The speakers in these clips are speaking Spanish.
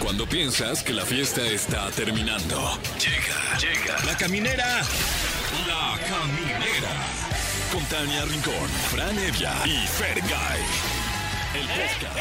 Cuando piensas que la fiesta está terminando. Llega, llega. La caminera. La caminera. Con Tania Rincón, Fran Evia y Fergay. El podcast.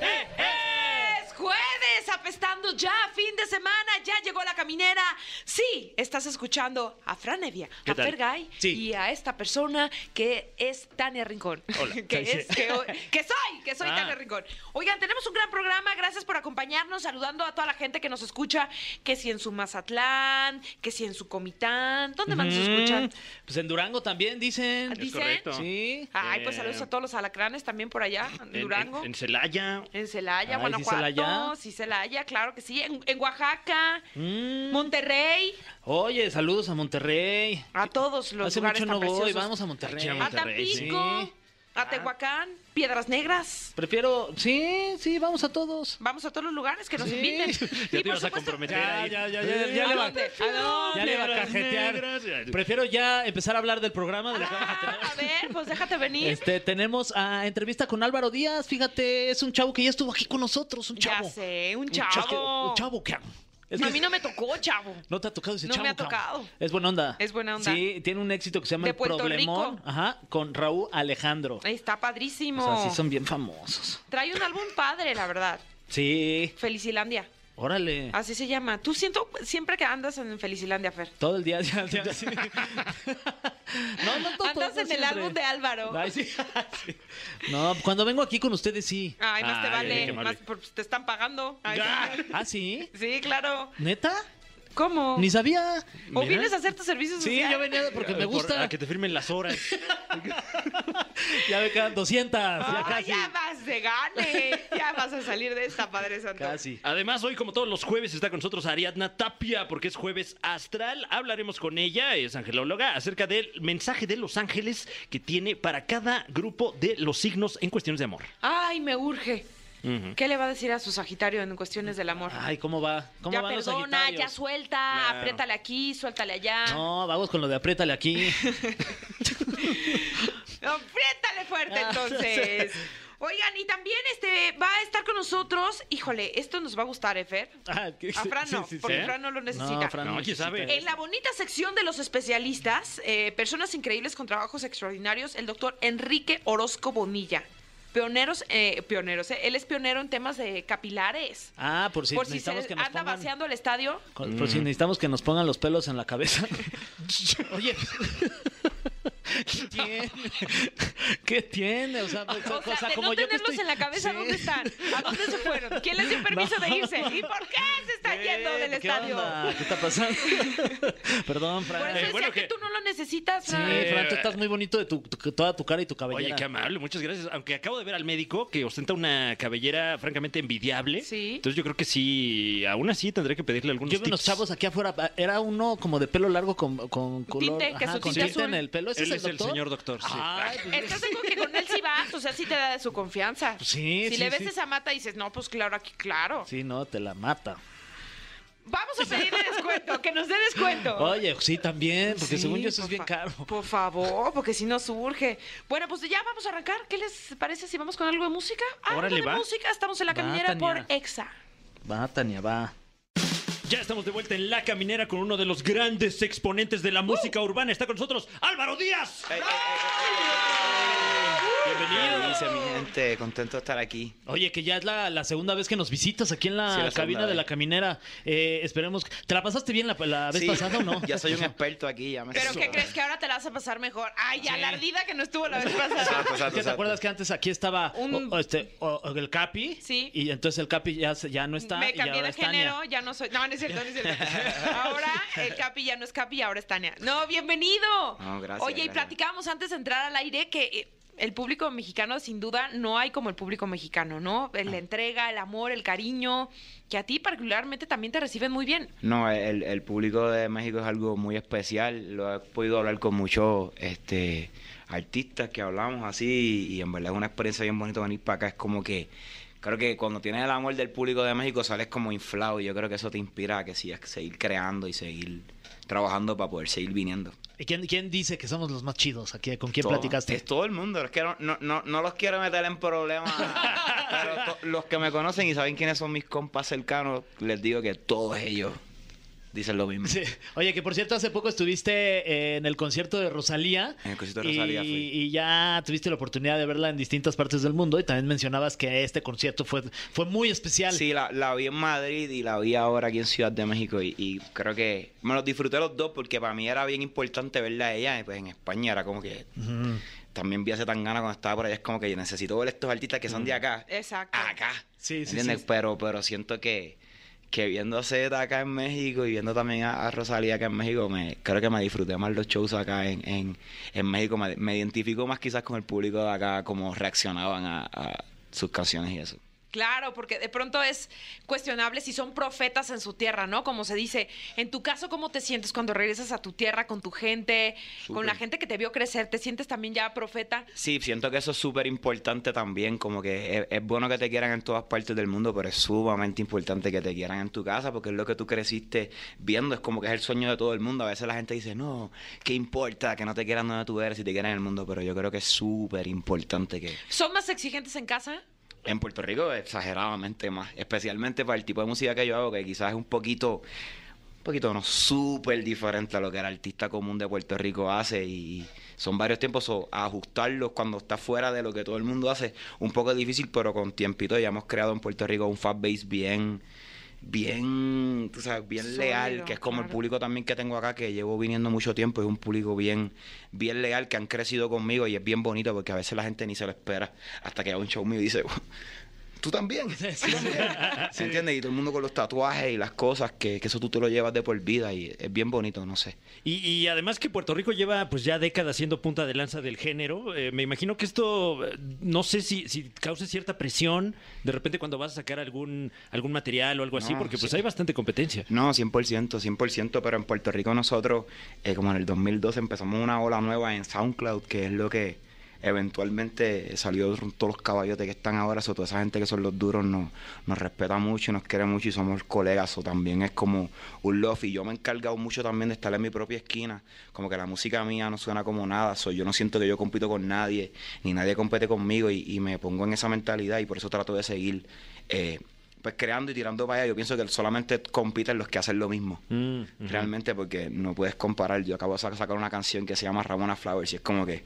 Es jueves, apestando ya, fin de semana, ya llegó la caminera. Sí, estás escuchando a Fran Evia, ¿Qué a tal? Fergay Sí. y a esta persona que es Tania Rincón. Hola. que, es, que, hoy- que soy, que soy Ah. Tania Rincón. Oigan, tenemos un gran programa, gracias por acompañarnos, saludando a toda la gente que nos escucha, que si en su Mazatlán, que si en su Comitán, ¿dónde más nos Mm, escuchan? Pues en Durango también dicen. ¿Dicen? correcto. Sí. Ay, pues Eh, saludos a todos los alacranes también por allá, en En- Durango. En en Celaya. En Celaya, Ay, sí, Guanajuato, Celaya. sí, Celaya, claro que sí. En, en Oaxaca, Mm. Monterrey, Oye, saludos a Monterrey. a todos Ah, los Hace lugares mucho no tan voy, preciosos. Ah, vamos a Monterrey. Aquí a A Monterrey, Tampico, sí. a Tehuacán, Piedras Negras. Prefiero, sí, sí, vamos a todos. Vamos a todos los lugares que nos Sí. inviten. Y Ya Ya te por ibas a supuesto- comprometer Ya, ahí. ya, ya, ya, ya, ¿A le va, dónde? ¿A dónde? ya le va a Negras, cajetear. negras, ya. Prefiero ya empezar a hablar del programa de la que vamos a tener. Ah, a ver, pues déjate venir. Este, tenemos a entrevista con Álvaro Díaz, fíjate, es un chavo que ya estuvo aquí con nosotros, un ya chavo. sé, un Un chavo. chavo. Un chavo, que Es A que- mí no me tocó, chavo. ¿No te ha tocado ese No me chavo? ha tocado. cabrón? Es buena onda. Es buena onda. Sí, tiene un éxito que se llama De El Puerto Problemón. Rico. Ajá, con Raúl Alejandro. Está padrísimo. O sea, sí son bien famosos. Trae un álbum padre, la verdad. Sí, Felicilandia. órale. Así se llama. Tú siento siempre que andas en Felicilandia, Fer. Todo el día, ya, ya, sí. No, no todo, Andas en no el siempre. álbum de Álvaro. Ay, sí, sí. No, cuando vengo aquí con ustedes sí. Ay, más te Ay, vale. ay, qué mal. más por- te están pagando. Ay, sí. ¿Ah, sí? Sí, claro. ¿Neta? ¿Cómo? Ni sabía. ¿O Mira. vienes a hacer tu servicio Sí, social? yo venía porque me Por- gusta. a que te firmen las horas. Ya me quedan 200. Ah, ya ya, casi. vas de gane. Ya vas a salir de esta, Padre Santo. Casi. Además, hoy, como todos los jueves, está con nosotros Ariadna Tapia, porque es jueves astral. Hablaremos con ella, es angelóloga, acerca del mensaje de los ángeles que tiene para cada grupo de los signos en cuestiones de amor. Ay, me urge. Ujú. ¿Qué le va a decir a su Sagitario en cuestiones del amor? Ay, ¿cómo va? ¿Cómo ya van los perdona, ya Sagitarios? suelta, apriétale aquí, suéltale allá. No, vamos con lo de apriétale aquí. Apriétale fuerte Ah, entonces. Oigan, y también este va a estar con nosotros. Híjole, esto nos va a gustar, ¿eh, Fer? Ah, ¿qué? A Fran no, Sí, sí, sí. porque ¿Eh? Fran no lo necesita. No, Fran No, no, ¿quién necesita sabe? eso. En la bonita sección de los especialistas, eh, personas increíbles con trabajos extraordinarios, el doctor Enrique Orozco Bonilla. Pioneros, eh, pioneros, eh, él es pionero en temas de capilares. Ah, por si Por si se necesitamos que anda nos pongan... vaciando el estadio. con- Por si Mm. necesitamos que nos pongan los pelos en la cabeza. Oye... ¿Qué tiene? ¿Qué tiene? O sea, O sea, de no tenerlos en la cabeza, ¿dónde están? ¿A dónde se fueron? ¿Quién les dio permiso de irse? ¿Y por qué se están Eh, yendo del ¿qué estadio? Onda? ¿Qué está pasando? Perdón, Fran. Por eso Eh, decía bueno, que que- tú no lo necesitas, Sí, Fran. Fran, tú estás muy bonito de tu, tu- toda tu cara y tu cabellera. Eh, Oye, qué amable, muchas gracias. Aunque acabo de ver al médico que ostenta una cabellera francamente envidiable. Sí. Entonces yo creo que sí, aún así tendré que pedirle algunos Yo vi unos tips. chavos aquí afuera, pa- era uno como de pelo largo con, con color, Tinte, que su con tinte azul. en el pelo. ¿Ese Él es el, doctor? señor doctor, sí. Ay, pues, Estás seguro que con él sí vas, o sea, sí te da de su confianza. Sí, si sí, le ves sí. esa mata y dices, no, pues claro, aquí, claro. sí, no, te la mata. Vamos a pedirle descuento, que nos dé descuento. Oye, sí, también, porque Sí, según yo eso por es bien fa- caro. Por favor, porque si no surge. Bueno, pues ya vamos a arrancar. ¿Qué les parece si vamos con algo de música? Algo Órale, de va. música. Estamos en la Va, caminera por Tania. Exa. Va, Tania, va. Ya estamos de vuelta en La Caminera con uno de los grandes exponentes ¡Uh! de la música urbana. Está con nosotros Álvaro Díaz. Bienvenido. Bienvenido. Dice mi gente, contento de estar aquí. Oye, que ya es la, la segunda vez que nos visitas aquí en la, Sí, la segunda cabina de vez. la caminera. Eh, esperemos. ¿Te la pasaste bien la, la vez Sí, pasada o no? Ya soy un experto aquí, ya me Pero sé. ¿qué crees que ahora te la vas a pasar mejor? Ay, ya la ardida que no estuvo la vez pasada. Exacto, exacto, Es que te exacto. acuerdas que antes aquí estaba Un- o- o este, o- o el Capi. Sí. Y entonces el Capi ya, se- ya no está. Me y ya cambié ahora de es Tania. género, ya no soy. No, no es cierto, no es cierto. Ahora el Capi ya no es Capi, ahora es Tania. No, bienvenido. No, gracias, Oye, y gracias. platicábamos antes de entrar al aire que eh, el público mexicano, sin duda, no hay como el público mexicano, ¿no? La entrega, el amor, el cariño, que a ti particularmente también te reciben muy bien. No, el, el público de México es algo muy especial. Lo he podido hablar con muchos este, artistas que hablamos así y en verdad es una experiencia bien bonita venir para acá. Es como que, creo que cuando tienes el amor del público de México sales como inflado y yo creo que eso te inspira a que sigas seguir creando y seguir trabajando para poder seguir viniendo. ¿Y quién, quién dice que somos los más chidos aquí? ¿Con quién Todo- platicaste? Es todo el mundo. Es que no, no- no- no los quiero meter en problemas. pero to- los que me conocen y saben quiénes son mis compas cercanos, les digo que todos ellos dicen lo mismo. Sí. Oye, que por cierto, hace poco estuviste eh, en el concierto de Rosalía. En el concierto de y- Rosalía fui. Y ya tuviste la oportunidad de verla en distintas partes del mundo. Y también mencionabas que este concierto fue, fue muy especial. Sí, la, la vi en Madrid y la vi ahora aquí en Ciudad de México. Y, y creo que me los disfruté los dos porque para mí era bien importante verla a ella. Y pues en España era como que Ujú. también vi hace tan gana cuando estaba por allá. Es como que yo necesito ver estos artistas que son de acá. Exacto. Acá. Sí, sí, ¿Entiendes? sí. Pero, pero siento que, que viendo a Zeta acá en México y viendo también a, a Rosalía acá en México, me, creo que me disfruté más los shows acá en, en, en México. Me, me identifico más quizás con el público de acá, como reaccionaban a, a sus canciones y eso. Claro, porque de pronto es cuestionable si son profetas en su tierra, ¿no? Como se dice, en tu caso, ¿cómo te sientes cuando regresas a tu tierra con tu gente, con Súper. la gente que te vio crecer? ¿Te sientes también ya profeta? Sí, siento que eso es súper importante también, como que es, es bueno que te quieran en todas partes del mundo, pero es sumamente importante que te quieran en tu casa, porque es lo que tú creciste viendo, es como que es el sueño de todo el mundo. A veces la gente dice, no, ¿qué importa que no te quieran donde tú eres y te quieran en el mundo? Pero yo creo que es súper importante que ¿Son más exigentes en casa? en Puerto Rico exageradamente más, especialmente para el tipo de música que yo hago, que quizás es un poquito... Un poquito no, súper diferente a lo que el artista común de Puerto Rico hace y son varios tiempos, so, ajustarlos cuando está fuera de lo que todo el mundo hace, un poco difícil, pero con tiempito ya hemos creado en Puerto Rico un fan base bien, bien, tú sabes, bien Sólido, leal, que es como el claro. público también que tengo acá, que llevo viniendo mucho tiempo, es un público bien, bien leal, que han crecido conmigo y es bien bonito porque a veces la gente ni se lo espera hasta que hago un show mío y dice, tú también. Sí, sí. ¿Se entiende? Y todo el mundo con los tatuajes y las cosas, que, que eso tú te lo llevas de por vida y es bien bonito, no sé. Y, y además que Puerto Rico lleva pues ya décadas siendo punta de lanza del género, eh, me imagino que esto, eh, no sé si, si cause cierta presión de repente cuando vas a sacar algún, algún material o algo así, No, porque pues sí. hay bastante competencia. No, 100%, 100%, pero en Puerto Rico nosotros, eh, como en el 2012, empezamos una ola nueva en SoundCloud, que es lo que eventualmente salió todos los caballotes que están ahora, sobre toda esa gente que son los duros, nos, nos respeta mucho, y nos quiere mucho y somos colegas, o también es como un love, y yo me he encargado mucho también de estar en mi propia esquina, como que la música mía no suena como nada, so, yo no siento que yo compito con nadie, ni nadie compete conmigo, y, y me pongo en esa mentalidad, y por eso trato de seguir... eh, pues creando y tirando para allá, yo pienso que solamente compiten los que hacen lo mismo. Mm, ujú. Realmente, porque no puedes comparar. Yo acabo de sac- sacar una canción que se llama Ramona Flowers y es como que,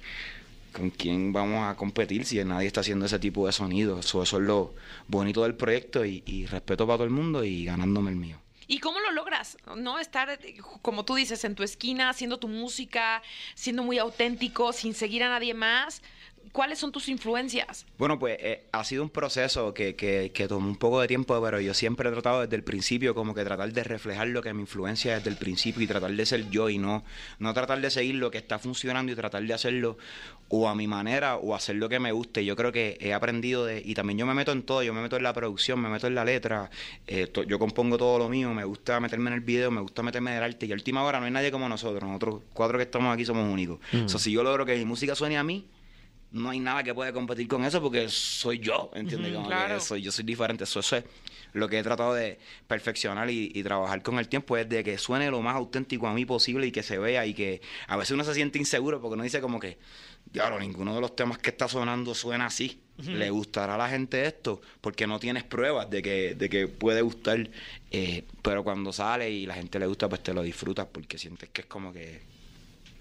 ¿con quién vamos a competir si nadie está haciendo ese tipo de sonido? Eso, eso es lo bonito del proyecto y, y respeto para todo el mundo y ganándome el mío. ¿Y cómo lo logras? ¿No? Estar, eh, como tú dices, en tu esquina, haciendo tu música, siendo muy auténtico, sin seguir a nadie más. ¿Cuáles son tus influencias? Bueno, pues eh, ha sido un proceso que, que, que tomó un poco de tiempo, pero yo siempre he tratado desde el principio como que tratar de reflejar lo que me influencia desde el principio y tratar de ser yo y no, no tratar de seguir lo que está funcionando y tratar de hacerlo o a mi manera o hacer lo que me guste. Yo creo que he aprendido de... Y también yo me meto en todo, yo me meto en la producción, me meto en la letra, eh, to- yo compongo todo lo mío, me gusta meterme en el video, me gusta meterme en el arte y a última hora no hay nadie como nosotros, nosotros cuatro que estamos aquí somos únicos. O sea, si yo logro que mi música suene a mí, no hay nada que pueda competir con eso porque soy yo, ¿entiendes? Como que claro. soy- yo soy diferente. Eso, eso es lo que he tratado de perfeccionar y, y trabajar con el tiempo, es de que suene lo más auténtico a mí posible y que se vea y que a veces uno se siente inseguro porque uno dice como que, claro, ninguno de los temas que está sonando suena así. ¿Le gustará a la gente esto? Porque no tienes pruebas de que, de que puede gustar, eh, pero cuando sale y la gente le gusta, pues te lo disfrutas porque sientes que es como que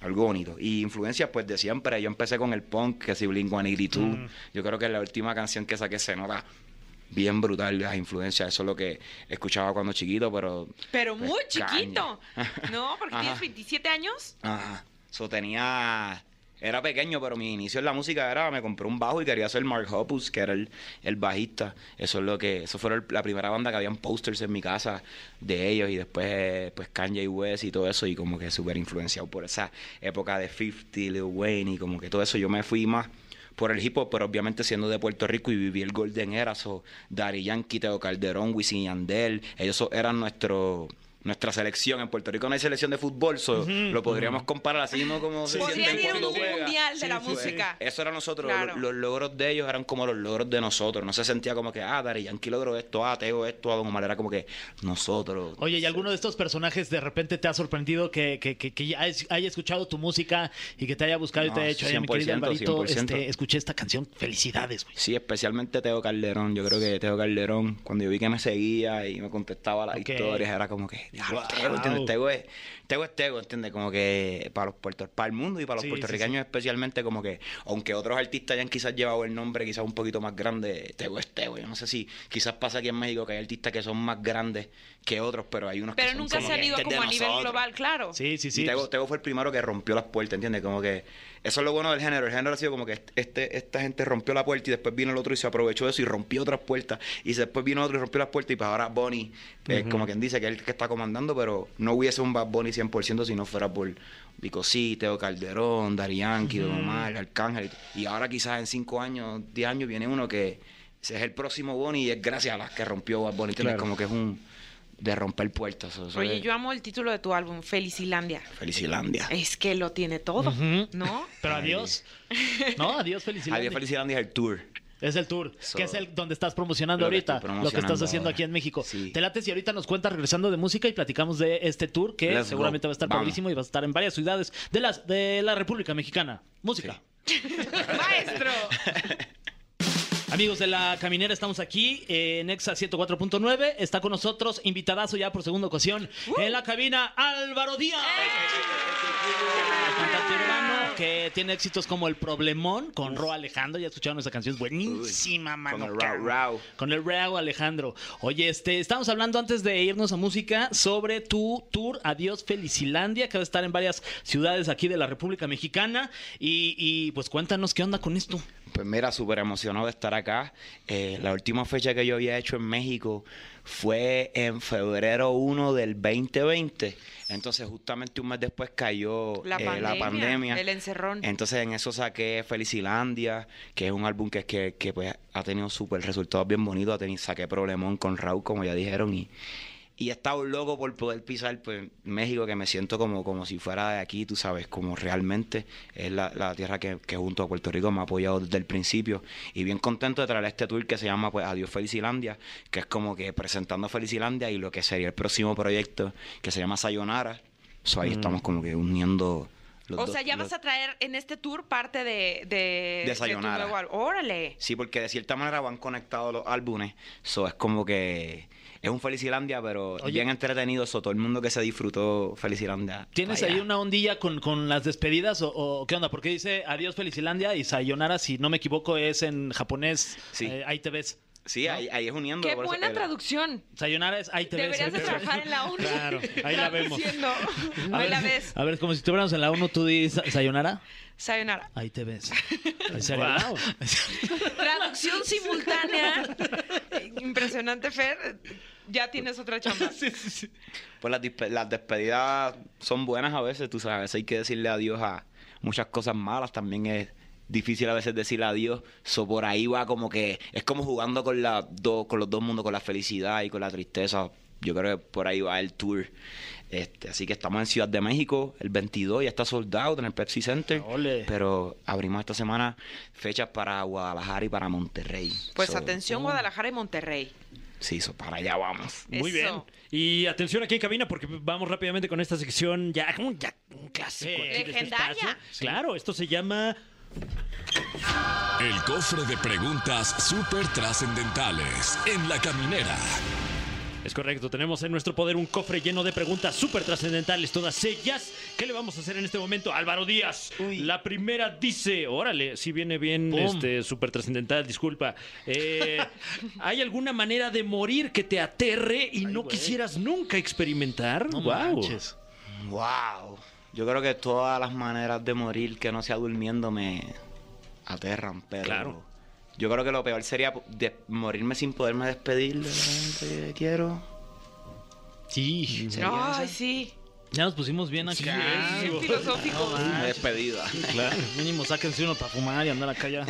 algo bonito. Y influencias, pues de siempre. Yo empecé con el punk, que si Blink 182. Yo creo que la última canción que saqué se nota bien brutal las influencias. Eso es lo que escuchaba cuando chiquito, pero. Pero pues, muy caña. chiquito, ¿no? Porque tienes Ajá. 27 años. Ajá. So, tenía. Era pequeño, pero mi inicio en la música era, me compré un bajo y quería ser Mark Hoppus, que era el, el bajista. Eso es lo que, eso fue el- la primera banda que habían posters en mi casa de ellos y después eh, pues Kanye West y todo eso y como que súper influenciado por esa época de 50, Lil Wayne y como que todo eso. Yo me fui más por el hip hop, pero obviamente siendo de Puerto Rico y viví el Golden Era, so Daddy Yankee, Teo Calderón, Wisin y Yandel, ellos so- eran nuestro nuestra selección. En Puerto Rico no hay selección de fútbol, so, lo podríamos comparar así mismo como se Podrían sienten ir a un cuando juegan. mundial de la pues, música. Eso era nosotros, Claro. lo- los, logros de ellos eran como los logros de nosotros. No se sentía como que, ah, Dari Yankee logró esto, ah, Tego esto, a Don Omar era como que nosotros. Oye, ¿y alguno de estos personajes de repente te ha sorprendido que, que, que- que ya hayas- haya escuchado tu música y que te haya buscado y No, te haya hecho, "Oye, mi querido 100%, Alvarito, 100%. este, escuché esta canción, felicidades, güey? Pues Sí, especialmente Teo Calderón. Yo creo que Teo Calderón, cuando yo vi que me seguía y me contestaba las Ok. historias, era como que, "Diablo, Wow. Tego, ¿entiendes? Tego es, Tego es Tego, ¿entiendes? Como que para los puerto, para el mundo y para los Sí, sí, puertorriqueños especialmente, como que, aunque otros artistas hayan quizás llevado el nombre quizás un poquito más grande, Tego es Tego. Yo no sé si quizás pasa aquí en México que hay artistas que son más grandes que otros, pero hay unos que Pero son nunca como se han que, ido "Este es de como a nivel nosotros". global, claro. Sí, sí, sí. Y Tego, pues, Tego fue el primero que rompió las puertas, ¿entiendes? Como que eso es lo bueno del género. El género ha sido como que este, esta gente rompió la puerta y después vino el otro y se aprovechó de eso y rompió otras puertas. Y después vino otro y rompió las puertas y pues ahora Bonnie, eh, como quien dice, que es el que está comandando, pero no hubiese un Bad Bunny 100% si no fuera por Vicosí, Teo Calderón, Dari Yankee, Don Omar, Arcángel. Y ahora quizás en 5 años, 10 años viene uno que ese es el próximo Bonnie y es gracias a las que rompió Bad Bunny. ¿entiendes? Claro. Como que es un... de romper puertas. eso- eso Oye, es yo amo el título de tu álbum, Felicilandia. Felicilandia. Es que lo tiene todo, Ujú. ¿no? Pero adiós. No, adiós, felicidades. Había Felicilandia es el tour. Es el tour, So- que es el donde estás promocionando Lo que ahorita, estoy lo que estás promocionando haciendo ahora. aquí en México. Sí. Te lates y ahorita nos cuentas regresando de música y platicamos de este tour que Let's seguramente go. va a estar Vamos. padrísimo y va a estar en varias ciudades de las de la República Mexicana. Música. Maestro. Amigos de la caminera, estamos aquí eh, en Exa 104.9. Está con nosotros, invitadazo ya por segunda ocasión, en la cabina, Álvaro Díaz. Cantante urbano que tiene éxitos como El Problemón con Ro Alejandro. Ya escucharon esa canción, es buenísima, mano. el Rao cabrón. Rao. Con el Rao Alejandro. Oye, este, estamos hablando antes de irnos a música sobre tu tour Adiós Felicilandia, que va a estar en varias ciudades aquí de la República Mexicana. Y, y, pues cuéntanos qué onda con esto. Pues mira, súper emocionado de estar acá. Eh, la última fecha que yo había hecho en México fue en febrero 1 del 2020. Entonces, justamente un mes después cayó La eh, pandemia. la pandemia. El encerrón. Entonces en eso saqué Felicilandia, que es un álbum que, que, que, pues, ha tenido súper resultados bien bonitos. Ha tenido- Saqué Problemón con Raúl, como ya dijeron, y, y he estado loco por poder pisar pues, México, que me siento como, como si fuera de aquí, tú sabes, como realmente es la, la tierra que, que junto a Puerto Rico me ha apoyado desde el principio. Y bien contento de traer este tour que se llama pues, Adiós Felicilandia, que es como que presentando Felicilandia y lo que sería el próximo proyecto, que se llama Sayonara. So, ahí estamos como que uniendo... los o dos- sea, ya los- vas a traer en este tour parte de, de, de tu Sayonara. nuevo álbum. Órale. Sí, porque de cierta manera van conectados los álbumes. So, es como que es un Felicilandia, pero Oye. bien entretenido. So, todo el mundo que se disfrutó Felicilandia. ¿Tienes vaya. ahí una ondilla con, con las despedidas o, o qué onda? Porque dice adiós Felicilandia y Sayonara, si no me equivoco, es en japonés. Sí. eh, ahí te ves. Sí, ¿no? ahí, ahí es uniendo. Qué por eso- buena el- traducción. Sayonara es ahí te Deberías ves. de ahí te ves. trabajar en la ONU. Claro, ahí la vemos. Traduciendo. A Ahí ver, la ves. A ver, como si estuviéramos en la ONU, tú dices Sayonara, Sayonara. ahí te ves. ¿En serio? Wow. Traducción simultánea. Impresionante, Fer. Ya tienes otra chamba. Pues las, dispe- las despedidas son buenas a veces, tú sabes. A veces hay que decirle adiós a muchas cosas malas. También es difícil a veces decirle adiós. So, por ahí va como que es como jugando con, la do- con los dos mundos, con la felicidad y con la tristeza. Yo creo que por ahí va el tour. Este, así que estamos en Ciudad de México el 22, ya está soldado en el Pepsi Center. Ole. Pero abrimos esta semana fechas para Guadalajara y para Monterrey. Pues So, atención, Guadalajara y Monterrey. Sí, so, para allá vamos. Muy Eso. bien. Y atención aquí en cabina porque vamos rápidamente con esta sección ya, un- ya un clásico. Sí. aquí de este Legendaria. espacio. Claro, esto se llama El cofre de preguntas súper trascendentales en la caminera. Es correcto, tenemos en nuestro poder un cofre lleno de preguntas súper trascendentales, todas ellas. ¿Qué le vamos a hacer en este momento? Álvaro Díaz. La primera dice, órale, si viene bien Pum. este súper trascendental, disculpa. Eh, ¿Hay alguna manera de morir que te aterre y no quisieras nunca experimentar? No Guau. manches. Wow. Yo creo que todas las maneras de morir que no sea durmiendo me aterran, pero Claro. yo creo que lo peor sería de- morirme sin poderme despedir de la gente que quiero. Sí. ¿Sería Ay, esa? sí. Ya nos pusimos bien acá. Ah, Sí, güey. filosófico. No manches. despedida. Claro, mínimo sáquense uno para fumar y andar acá ya.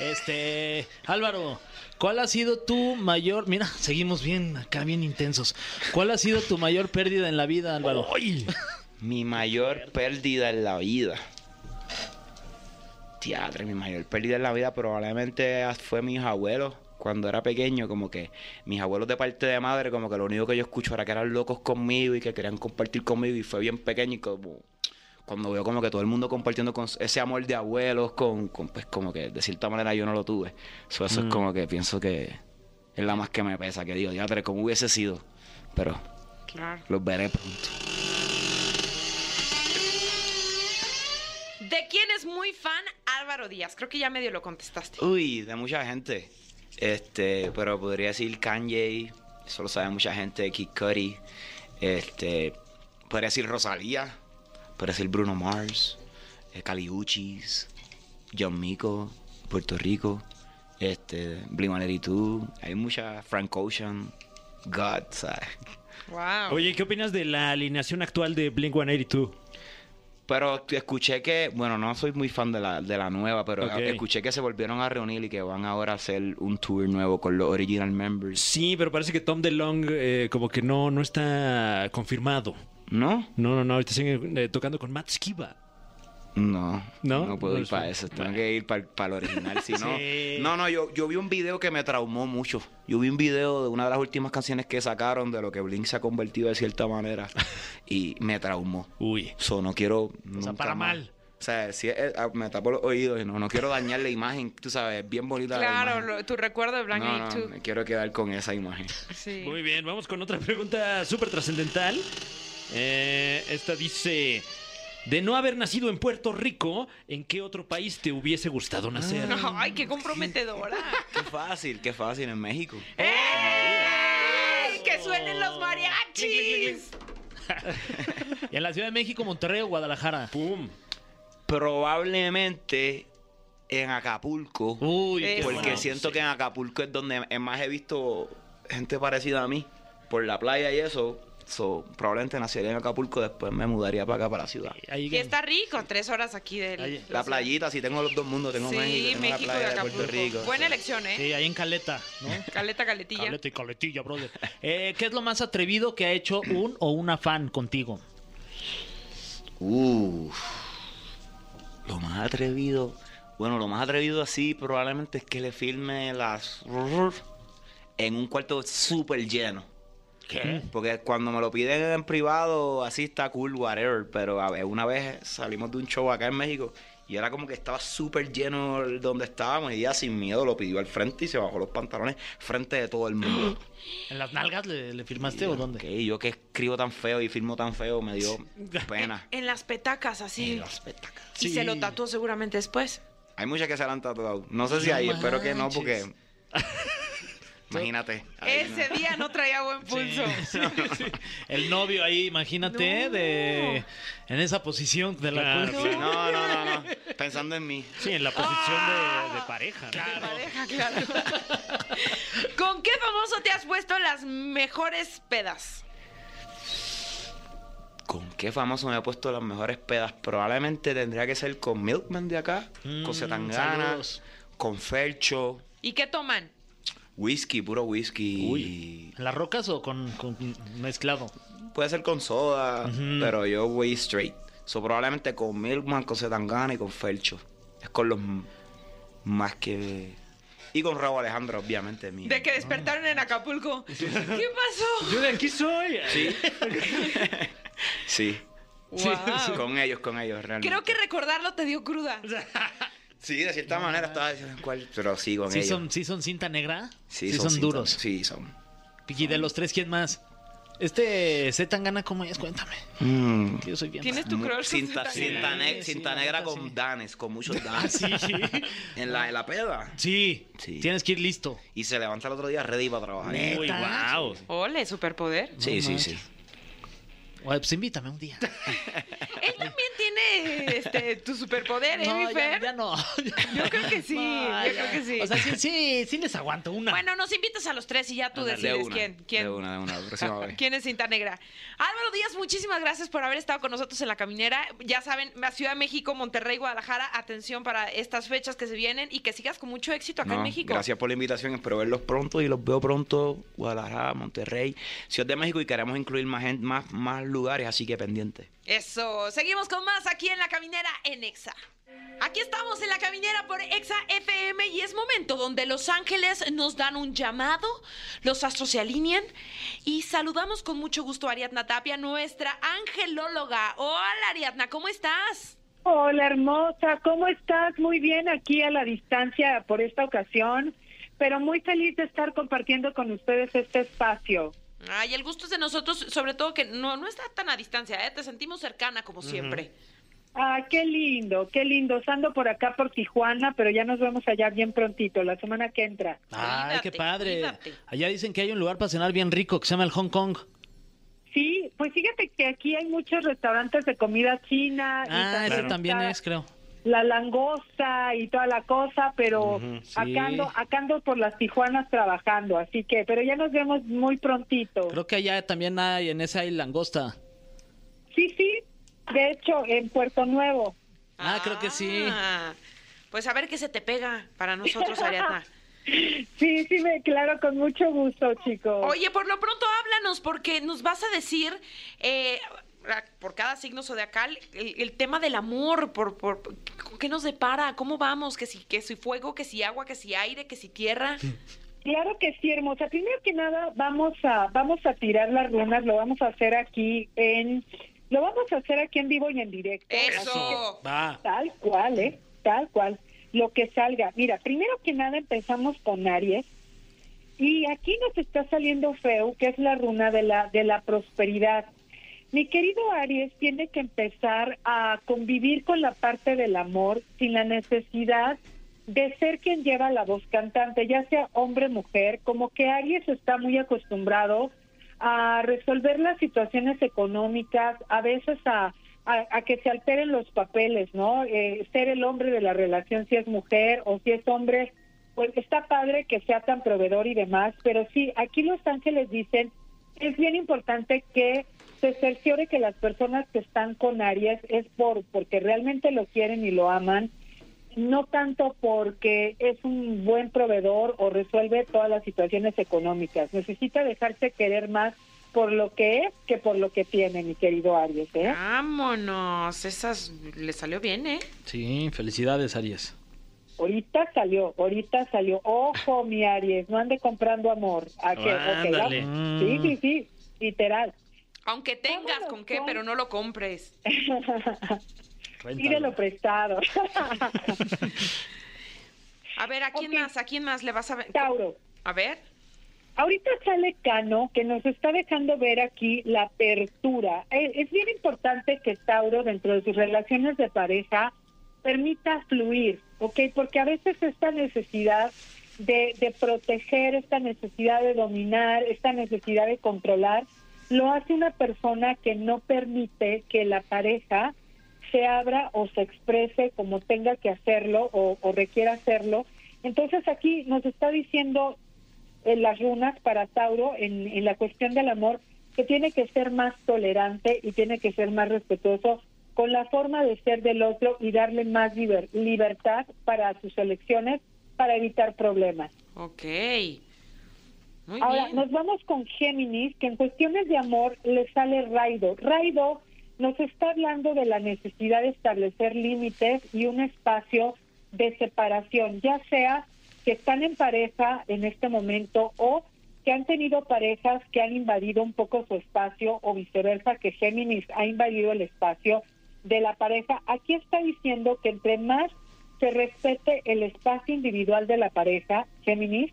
Este, Álvaro, ¿cuál ha sido tu mayor, mira, seguimos bien acá bien intensos. ¿Cuál ha sido tu mayor pérdida en la vida, Álvaro? Mi mayor pérdida en la vida. Teatro, mi mayor pérdida en la vida probablemente fue mis abuelos. Cuando era pequeño, como que mis abuelos de parte de madre, como que lo único que yo escucho era que eran locos conmigo y que querían compartir conmigo y fue bien pequeño y como cuando veo como que todo el mundo compartiendo con ese amor de abuelos, con, con, pues como que de cierta manera yo no lo tuve. So, eso es como que pienso que es la más que me pesa, que digo, teatro, como hubiese sido, pero Claro. los veré pronto. ¿De quién es muy fan Álvaro Díaz? Creo que ya medio lo contestaste. Uy, de mucha gente. Este, pero podría decir Kanye, eso lo sabe mucha gente, Kid Cudi. Este, podría decir Rosalía, podría decir Bruno Mars, eh, Caliuchis, John Mico, Puerto Rico, este, Blink-182, hay mucha Frank Ocean, God, ¿sabes? Wow. Oye, ¿qué opinas de la alineación actual de Blink 182? Pero escuché que, bueno, no soy muy fan de la, de la nueva, pero Ok. escuché que se volvieron a reunir y que van ahora a hacer un tour nuevo con los original members. Sí, pero parece que Tom DeLong eh, como que no, no está confirmado. ¿No? No, no, no, ahorita siguen eh, tocando con Matt Skiba. No, ¿No? no, puedo No ir es para un- eso. Tengo que ir para el original. Si no, Sí. no, no, yo, yo vi un video que me traumó mucho. Yo vi un video de una de las últimas canciones que sacaron de lo que Blink se ha convertido de cierta manera y me traumó. Uy. So, no quiero. O sea, para mal. O sea, si es- eh, me tapo los oídos y no, no quiero dañar la imagen. Tú sabes, es bien bonita la claro, imagen. lo- tu recuerdo de Blanca no, y no, tú. me quiero quedar con esa imagen. Sí. Muy bien, vamos con otra pregunta súper trascendental. Eh, esta dice: De no haber nacido en Puerto Rico, ¿en qué otro país te hubiese Ah. gustado nacer? No, ay, qué comprometedora. Qué fácil, qué fácil en México. ¡Eh! ¡Ey! Oh. ¡Que suenen los mariachis! En la Ciudad de México, Monterrey o Guadalajara. ¡Pum! Probablemente en Acapulco. Uy, qué Eso. Porque bueno. siento que en Acapulco es donde es más he visto gente parecida a mí por la playa y eso. So, probablemente nacería en Acapulco, después me mudaría para acá, para la ciudad. Ahí- Y está rico, tres horas aquí Ahí. del. La playita, si tengo los dos mundos, tengo Sí, México, tengo México la y playa de Acapulco. Puerto Rico. Buena elección, ¿eh? Sí, ahí en Caleta, ¿no? Caleta, caletilla. Caleta y Caletilla, brother. Eh, ¿Qué es lo más atrevido que ha hecho un o una fan contigo? Uf. Lo más atrevido. Bueno, lo más atrevido así probablemente es que le filme las. En un cuarto súper lleno. ¿Qué? Porque cuando me lo piden en privado, así está cool, whatever. Pero a ver, una vez salimos de un show acá en México y era como que estaba súper lleno el- donde estábamos. Y ella sin miedo lo pidió al frente y se bajó los pantalones frente de todo el mundo. ¿En las nalgas le, le firmaste o dónde? Ok, yo que escribo tan feo y firmo tan feo, me dio Eh, pena. En las petacas, así. En las petacas. Y se lo tatuó seguramente después. Hay muchas que se la han tatuado. No sé si No hay, espero que no, manches. porque. Imagínate. ahí, ¿no? Ese día no traía buen pulso. Sí, sí. El novio ahí, imagínate, No. de en esa posición de la Claro, cuerda. claro. No, no, no, no. Pensando en mí. Sí, en la posición de, de pareja. ¿no? De pareja, claro. ¿Con qué famoso te has puesto las mejores pedas? ¿Con qué famoso me ha puesto las mejores pedas? Probablemente tendría que ser con Milkman de acá, Mm, con Zetangana, saludos. con Fercho, ¿Y qué toman? whisky, puro whisky. Uy, ¿en las rocas o con, con mezclado? Puede ser con soda, pero yo voy straight. So, probablemente con Milkman, con Zetangana y con Fercho. Es con los m- más que... Y con Raúl Alejandro, obviamente. Mi... De que despertaron en Acapulco. ¿Qué pasó? Yo de aquí soy. Sí. Guau. Ah, Con ellos, con ellos, realmente. Creo que recordarlo te dio cruda. Sí, de cierta manera estaba diciendo cuál, pero sí, con ¿Sí ellos. son, ¿Sí son cinta negra? Sí, son, cinta- duros. Sí, son. Y de los tres, ¿quién más? Este Zetangana, ¿cómo es? Cuéntame. Mm. Que yo soy bien. ¿Tienes tu Mu- crush? con cinta, Zetangana? cinta, ne- Sí, sí, cinta la negra neta, con sí. danes, con muchos Ah, danes. sí. En la, en la peda. Sí. Sí. Tienes que ir listo. Y se levanta el otro día ready para trabajar. Uy, wow. Ole, superpoder. Sí, sí, sí. Oye, pues invítame un día. Él también tiene este, tu superpoder, ¿eh, mi No, ya, Fer? ya no. Yo creo que sí, No, yo creo ya. que sí. O sea, sí, sí, sí les aguanto una. Bueno, nos invitas a los tres y ya tú Ándale, de decides una, quién. quién. De una, de una, la próxima vez. ¿Quién es cinta negra? Álvaro Díaz, muchísimas gracias por haber estado con nosotros en la caminera. Ya saben, la Ciudad de México, Monterrey, Guadalajara, atención para estas fechas que se vienen y que sigas con mucho éxito acá No, en México. Gracias por la invitación, espero verlos pronto y los veo pronto. Guadalajara, Monterrey, Ciudad de México y queremos incluir más, gen- más, más lugares, así que pendiente. Eso, seguimos con más aquí en la caminera en Exa. Aquí estamos en la caminera por Exa FM y es momento donde los ángeles nos dan un llamado, los astros se alinean y saludamos con mucho gusto a Ariadna Tapia, nuestra angelóloga. Hola Ariadna, ¿cómo estás? Hola hermosa, ¿cómo estás? Muy bien aquí a la distancia por esta ocasión, pero muy feliz de estar compartiendo con ustedes este espacio. Ay, el gusto es de nosotros, sobre todo que no, no está tan a distancia, ¿eh? te sentimos cercana como siempre. Ah, qué lindo, qué lindo. Ando por acá por Tijuana, pero ya nos vemos allá bien prontito, la semana que entra. Ay, Cuídate, qué padre. cuídate. Allá dicen que hay un lugar para cenar bien rico que se llama el Hong Kong. Sí, pues fíjate que aquí hay muchos restaurantes de comida china. y Ah, ese está también es, creo. La langosta y toda la cosa, pero sí. acá, ando, acá ando por las Tijuanas trabajando, así que, pero ya nos vemos muy prontito. Creo que allá también hay, en esa hay langosta. Sí, sí. De hecho, en Puerto Nuevo. Ah, creo que sí. Ah, Pues a ver qué se te pega para nosotros, Ariadna. Sí, sí, me claro, con mucho gusto, chicos. Oye, por lo pronto háblanos, porque nos vas a decir, eh, por cada signo zodiacal, el, el tema del amor, por, por qué nos depara, cómo vamos, que si, que si fuego, que si agua, que si aire, que si tierra. Claro que sí, hermosa. Primero que nada, vamos a vamos a tirar las runas, lo vamos a hacer aquí en lo vamos a hacer aquí en vivo y en directo. Eso. Va. Tal cual, ¿eh? Tal cual. Lo que salga. Mira, primero que nada empezamos con Aries. Y aquí nos está saliendo feo, que es la runa de la, de la prosperidad. Mi querido Aries tiene que empezar a convivir con la parte del amor sin la necesidad de ser quien lleva la voz cantante, ya sea hombre o mujer, como que Aries está muy acostumbrado a resolver las situaciones económicas, a veces a, a- a que se alteren los papeles, ¿no? Eh, ser el hombre de la relación si es mujer o si es hombre, pues está padre que sea tan proveedor y demás, pero sí, aquí los ángeles dicen, es bien importante que se cerciore que las personas que están con Aries es por porque realmente lo quieren y lo aman, no tanto porque es un buen proveedor o resuelve todas las situaciones económicas. Necesita dejarse querer más por lo que es que por lo que tiene, mi querido Aries, ¿eh? Vámonos, esas le salió bien, ¿eh? Sí, felicidades, Aries. Ahorita salió, ahorita salió. Ojo, mi Aries, no ande comprando amor. ¿A qué? Ok, ya. Ándale. Sí, sí, sí, literal. Aunque tengas Vámonos con qué, con- pero no lo compres. Pídelo prestado. A ver, ¿a quién Ok. más? ¿A quién más le vas a ver? Tauro. A ver. Ahorita sale Cano, que nos está dejando ver aquí la apertura. Eh, Es bien importante que Tauro, dentro de sus relaciones de pareja, permita fluir, ¿ok? Porque a veces esta necesidad de, de proteger, esta necesidad de dominar, esta necesidad de controlar, lo hace una persona que no permite que la pareja se abra o se exprese como tenga que hacerlo o, o requiera hacerlo. Entonces aquí nos está diciendo en eh, las runas para Tauro en, en la cuestión del amor que tiene que ser más tolerante y tiene que ser más respetuoso con la forma de ser del otro y darle más liber- libertad para sus elecciones para evitar problemas. Ok. Muy Ahora bien. nos vamos con Géminis, que en cuestiones de amor le sale Raido. Raido nos está hablando de la necesidad de establecer límites y un espacio de separación, ya sea que están en pareja en este momento o que han tenido parejas que han invadido un poco su espacio o viceversa, que Géminis ha invadido el espacio de la pareja. Aquí está diciendo que entre más se respete el espacio individual de la pareja, Géminis,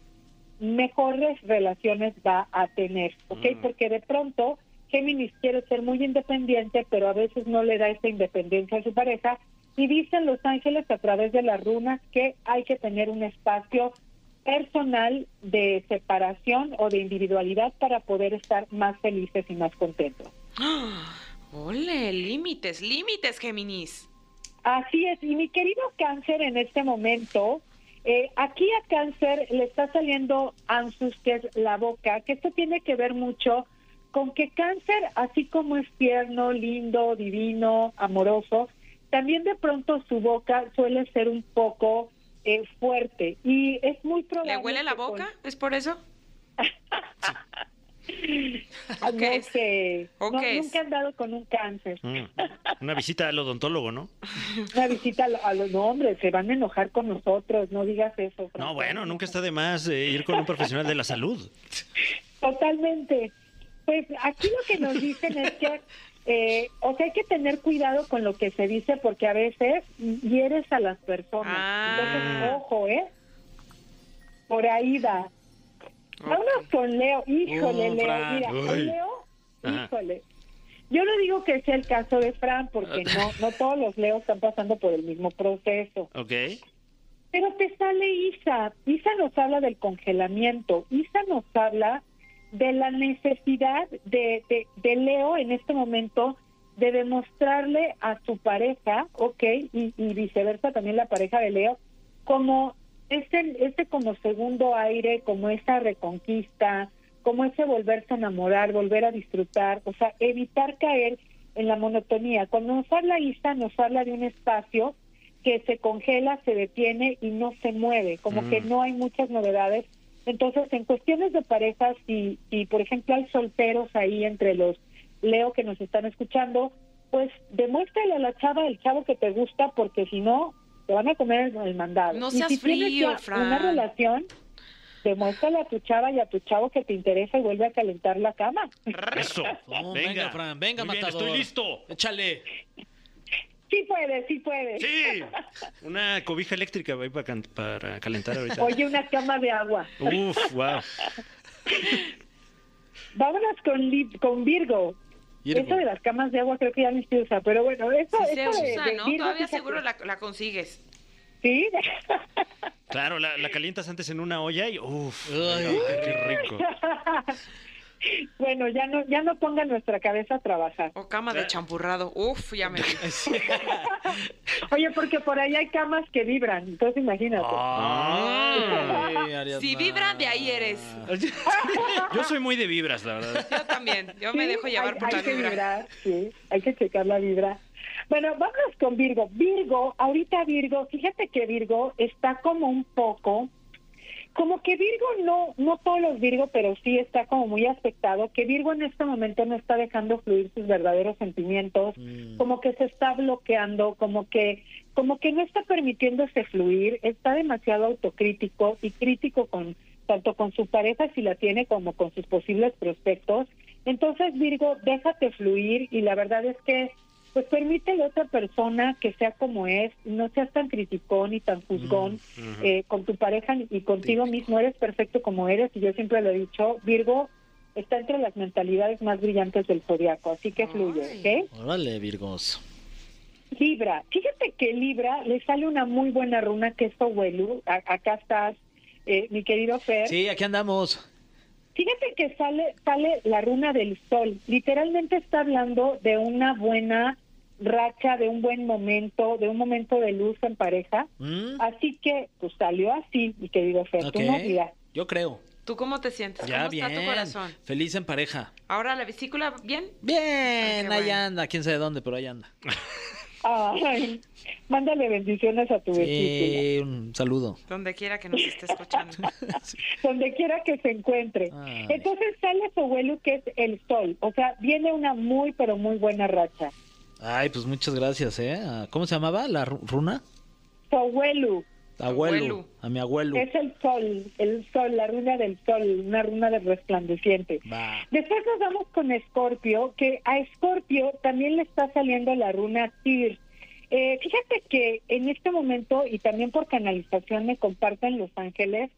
mejores relaciones va a tener, ¿ok? Porque de pronto Géminis quiere ser muy independiente, pero a veces no le da esa independencia a su pareja. Y dicen los ángeles a través de las runas que hay que tener un espacio personal de separación o de individualidad para poder estar más felices y más contentos. ¡Ah! ¡Ole! Límites, límites, Géminis. Así es, y mi querido cáncer en este momento, eh, aquí a cáncer le está saliendo ansus, que es la boca, que esto tiene que ver mucho con que cáncer, así como es tierno, lindo, divino, amoroso, también de pronto su boca suele ser un poco eh, fuerte y es muy probable... ¿Le huele la que con- boca? ¿Es por eso? Ah, ¿O qué no es? sé, ¿O no, qué es? nunca han dado con un cáncer. Mm. Una visita al odontólogo, ¿no? Una visita a, lo- a los no, hombre, se van a enojar con nosotros, no digas eso. Franco. No, bueno, nunca está de más eh, ir con un profesional de la salud. Totalmente. Pues aquí lo que nos dicen es que, eh, o sea, hay que tener cuidado con lo que se dice porque a veces hieres a las personas. Ah. Entonces, ojo, ¿eh? Por ahí va. Vámonos con Leo. Híjole, Uh, Leo. Fran, Mira, uy. con Leo, Ajá. híjole. Yo no digo que sea el caso de Fran porque no, no todos los Leos están pasando por el mismo proceso. Ok. Pero te sale Isa. Isa nos habla del congelamiento. Isa nos habla de la necesidad de, de- de Leo en este momento de demostrarle a su pareja, ok, y, y viceversa también la pareja de Leo, como este, este como segundo aire, como esa reconquista, como ese volverse a enamorar, volver a disfrutar, o sea, evitar caer en la monotonía. Cuando nos habla Isa, nos habla de un espacio que se congela, se detiene y no se mueve, como que Mm. no hay muchas novedades. Entonces, en cuestiones de parejas, si, si por ejemplo hay solteros ahí entre los Leo que nos están escuchando, pues demuéstrale a la chava, el chavo que te gusta, porque si no, te van a comer el, el mandado. No Y seas si tienes frío, ya Fran. Una relación, demuéstrale a tu chava y a tu chavo que te interesa y vuelve a calentar la cama. Eso. No, venga. venga, Fran, venga, Muy bien, matador. estoy listo. Échale. Sí puede, sí puede. Sí. Una cobija eléctrica va a ir para, can- para calentar ahorita. Oye, una cama de agua. Uf, wow. Vámonos con, Lib- con Virgo. Virgo. Eso de las camas de agua creo que ya no se usa, pero bueno, eso, Sí se eso de, usa, de ¿no? Virgo, Todavía fíjate. seguro la, la consigues. Sí, Claro, la, la calientas antes en una olla y uf, Ay. venga, qué rico. bueno, ya no, ya no pongan nuestra cabeza a trabajar. O cama de champurrado. Uf, ya me vi. Oye, porque por ahí hay camas que vibran, entonces imagínate. Ah. Ay, Ariadna. Si vibra, de ahí eres. Yo soy muy de vibras, la verdad. Yo también. Yo me Sí, dejo llevar hay- por hay la que vibra. vibrar, sí, hay que checar la vibra. Bueno, vámonos con Virgo. Virgo, ahorita Virgo, fíjate que Virgo está como un poco, como que Virgo no, no todos los Virgo, pero sí está como muy afectado, que Virgo en este momento no está dejando fluir sus verdaderos sentimientos, como que se está bloqueando, como que, como que no está permitiéndose fluir, está demasiado autocrítico y crítico con tanto con su pareja si la tiene como con sus posibles prospectos. Entonces, Virgo, déjate fluir y la verdad es que pues permítele a otra persona que sea como es, no seas tan criticón y tan juzgón eh, con tu pareja y contigo mismo, eres perfecto como eres y yo siempre lo he dicho, Virgo está entre las mentalidades más brillantes del zodiaco, así que fluye, Ay. ¿ok? Órale, Virgos. Libra, fíjate que Libra le sale una muy buena runa que es Owelu, A- acá estás, eh, mi querido Fer. Sí, aquí andamos. Fíjate que sale, sale la runa del sol. Literalmente está hablando de una buena racha, de un buen momento, de un momento de luz en pareja. Mm, Así que, pues salió así, mi querido Fer, ok. tú no digas. Yo creo. ¿Tú cómo te sientes? Ya ¿Cómo bien. está tu corazón? Feliz en pareja. ¿Ahora la vesícula bien? Bien, Ah, qué ahí bueno. anda, quién sabe dónde, pero ahí anda. Ay, mándale bendiciones a tu vecino, Sí, Eh, un saludo. Donde quiera que nos esté escuchando. donde quiera que se encuentre. Ay. Entonces sale su abuelo que es el sol. O sea, viene una muy, pero muy buena racha. Ay, pues muchas gracias, ¿eh? Ah, ¿Cómo se llamaba la ru- runa? Su abuelo Abuelo. Abuelo. A mi abuelo. es el sol, el sol, la runa del sol, una runa del resplandeciente. Va. Después nos vamos con Escorpio, que a Escorpio también le está saliendo la runa Tyr. Eh, fíjate que en este momento, y también por canalización me comparten Los Ángeles,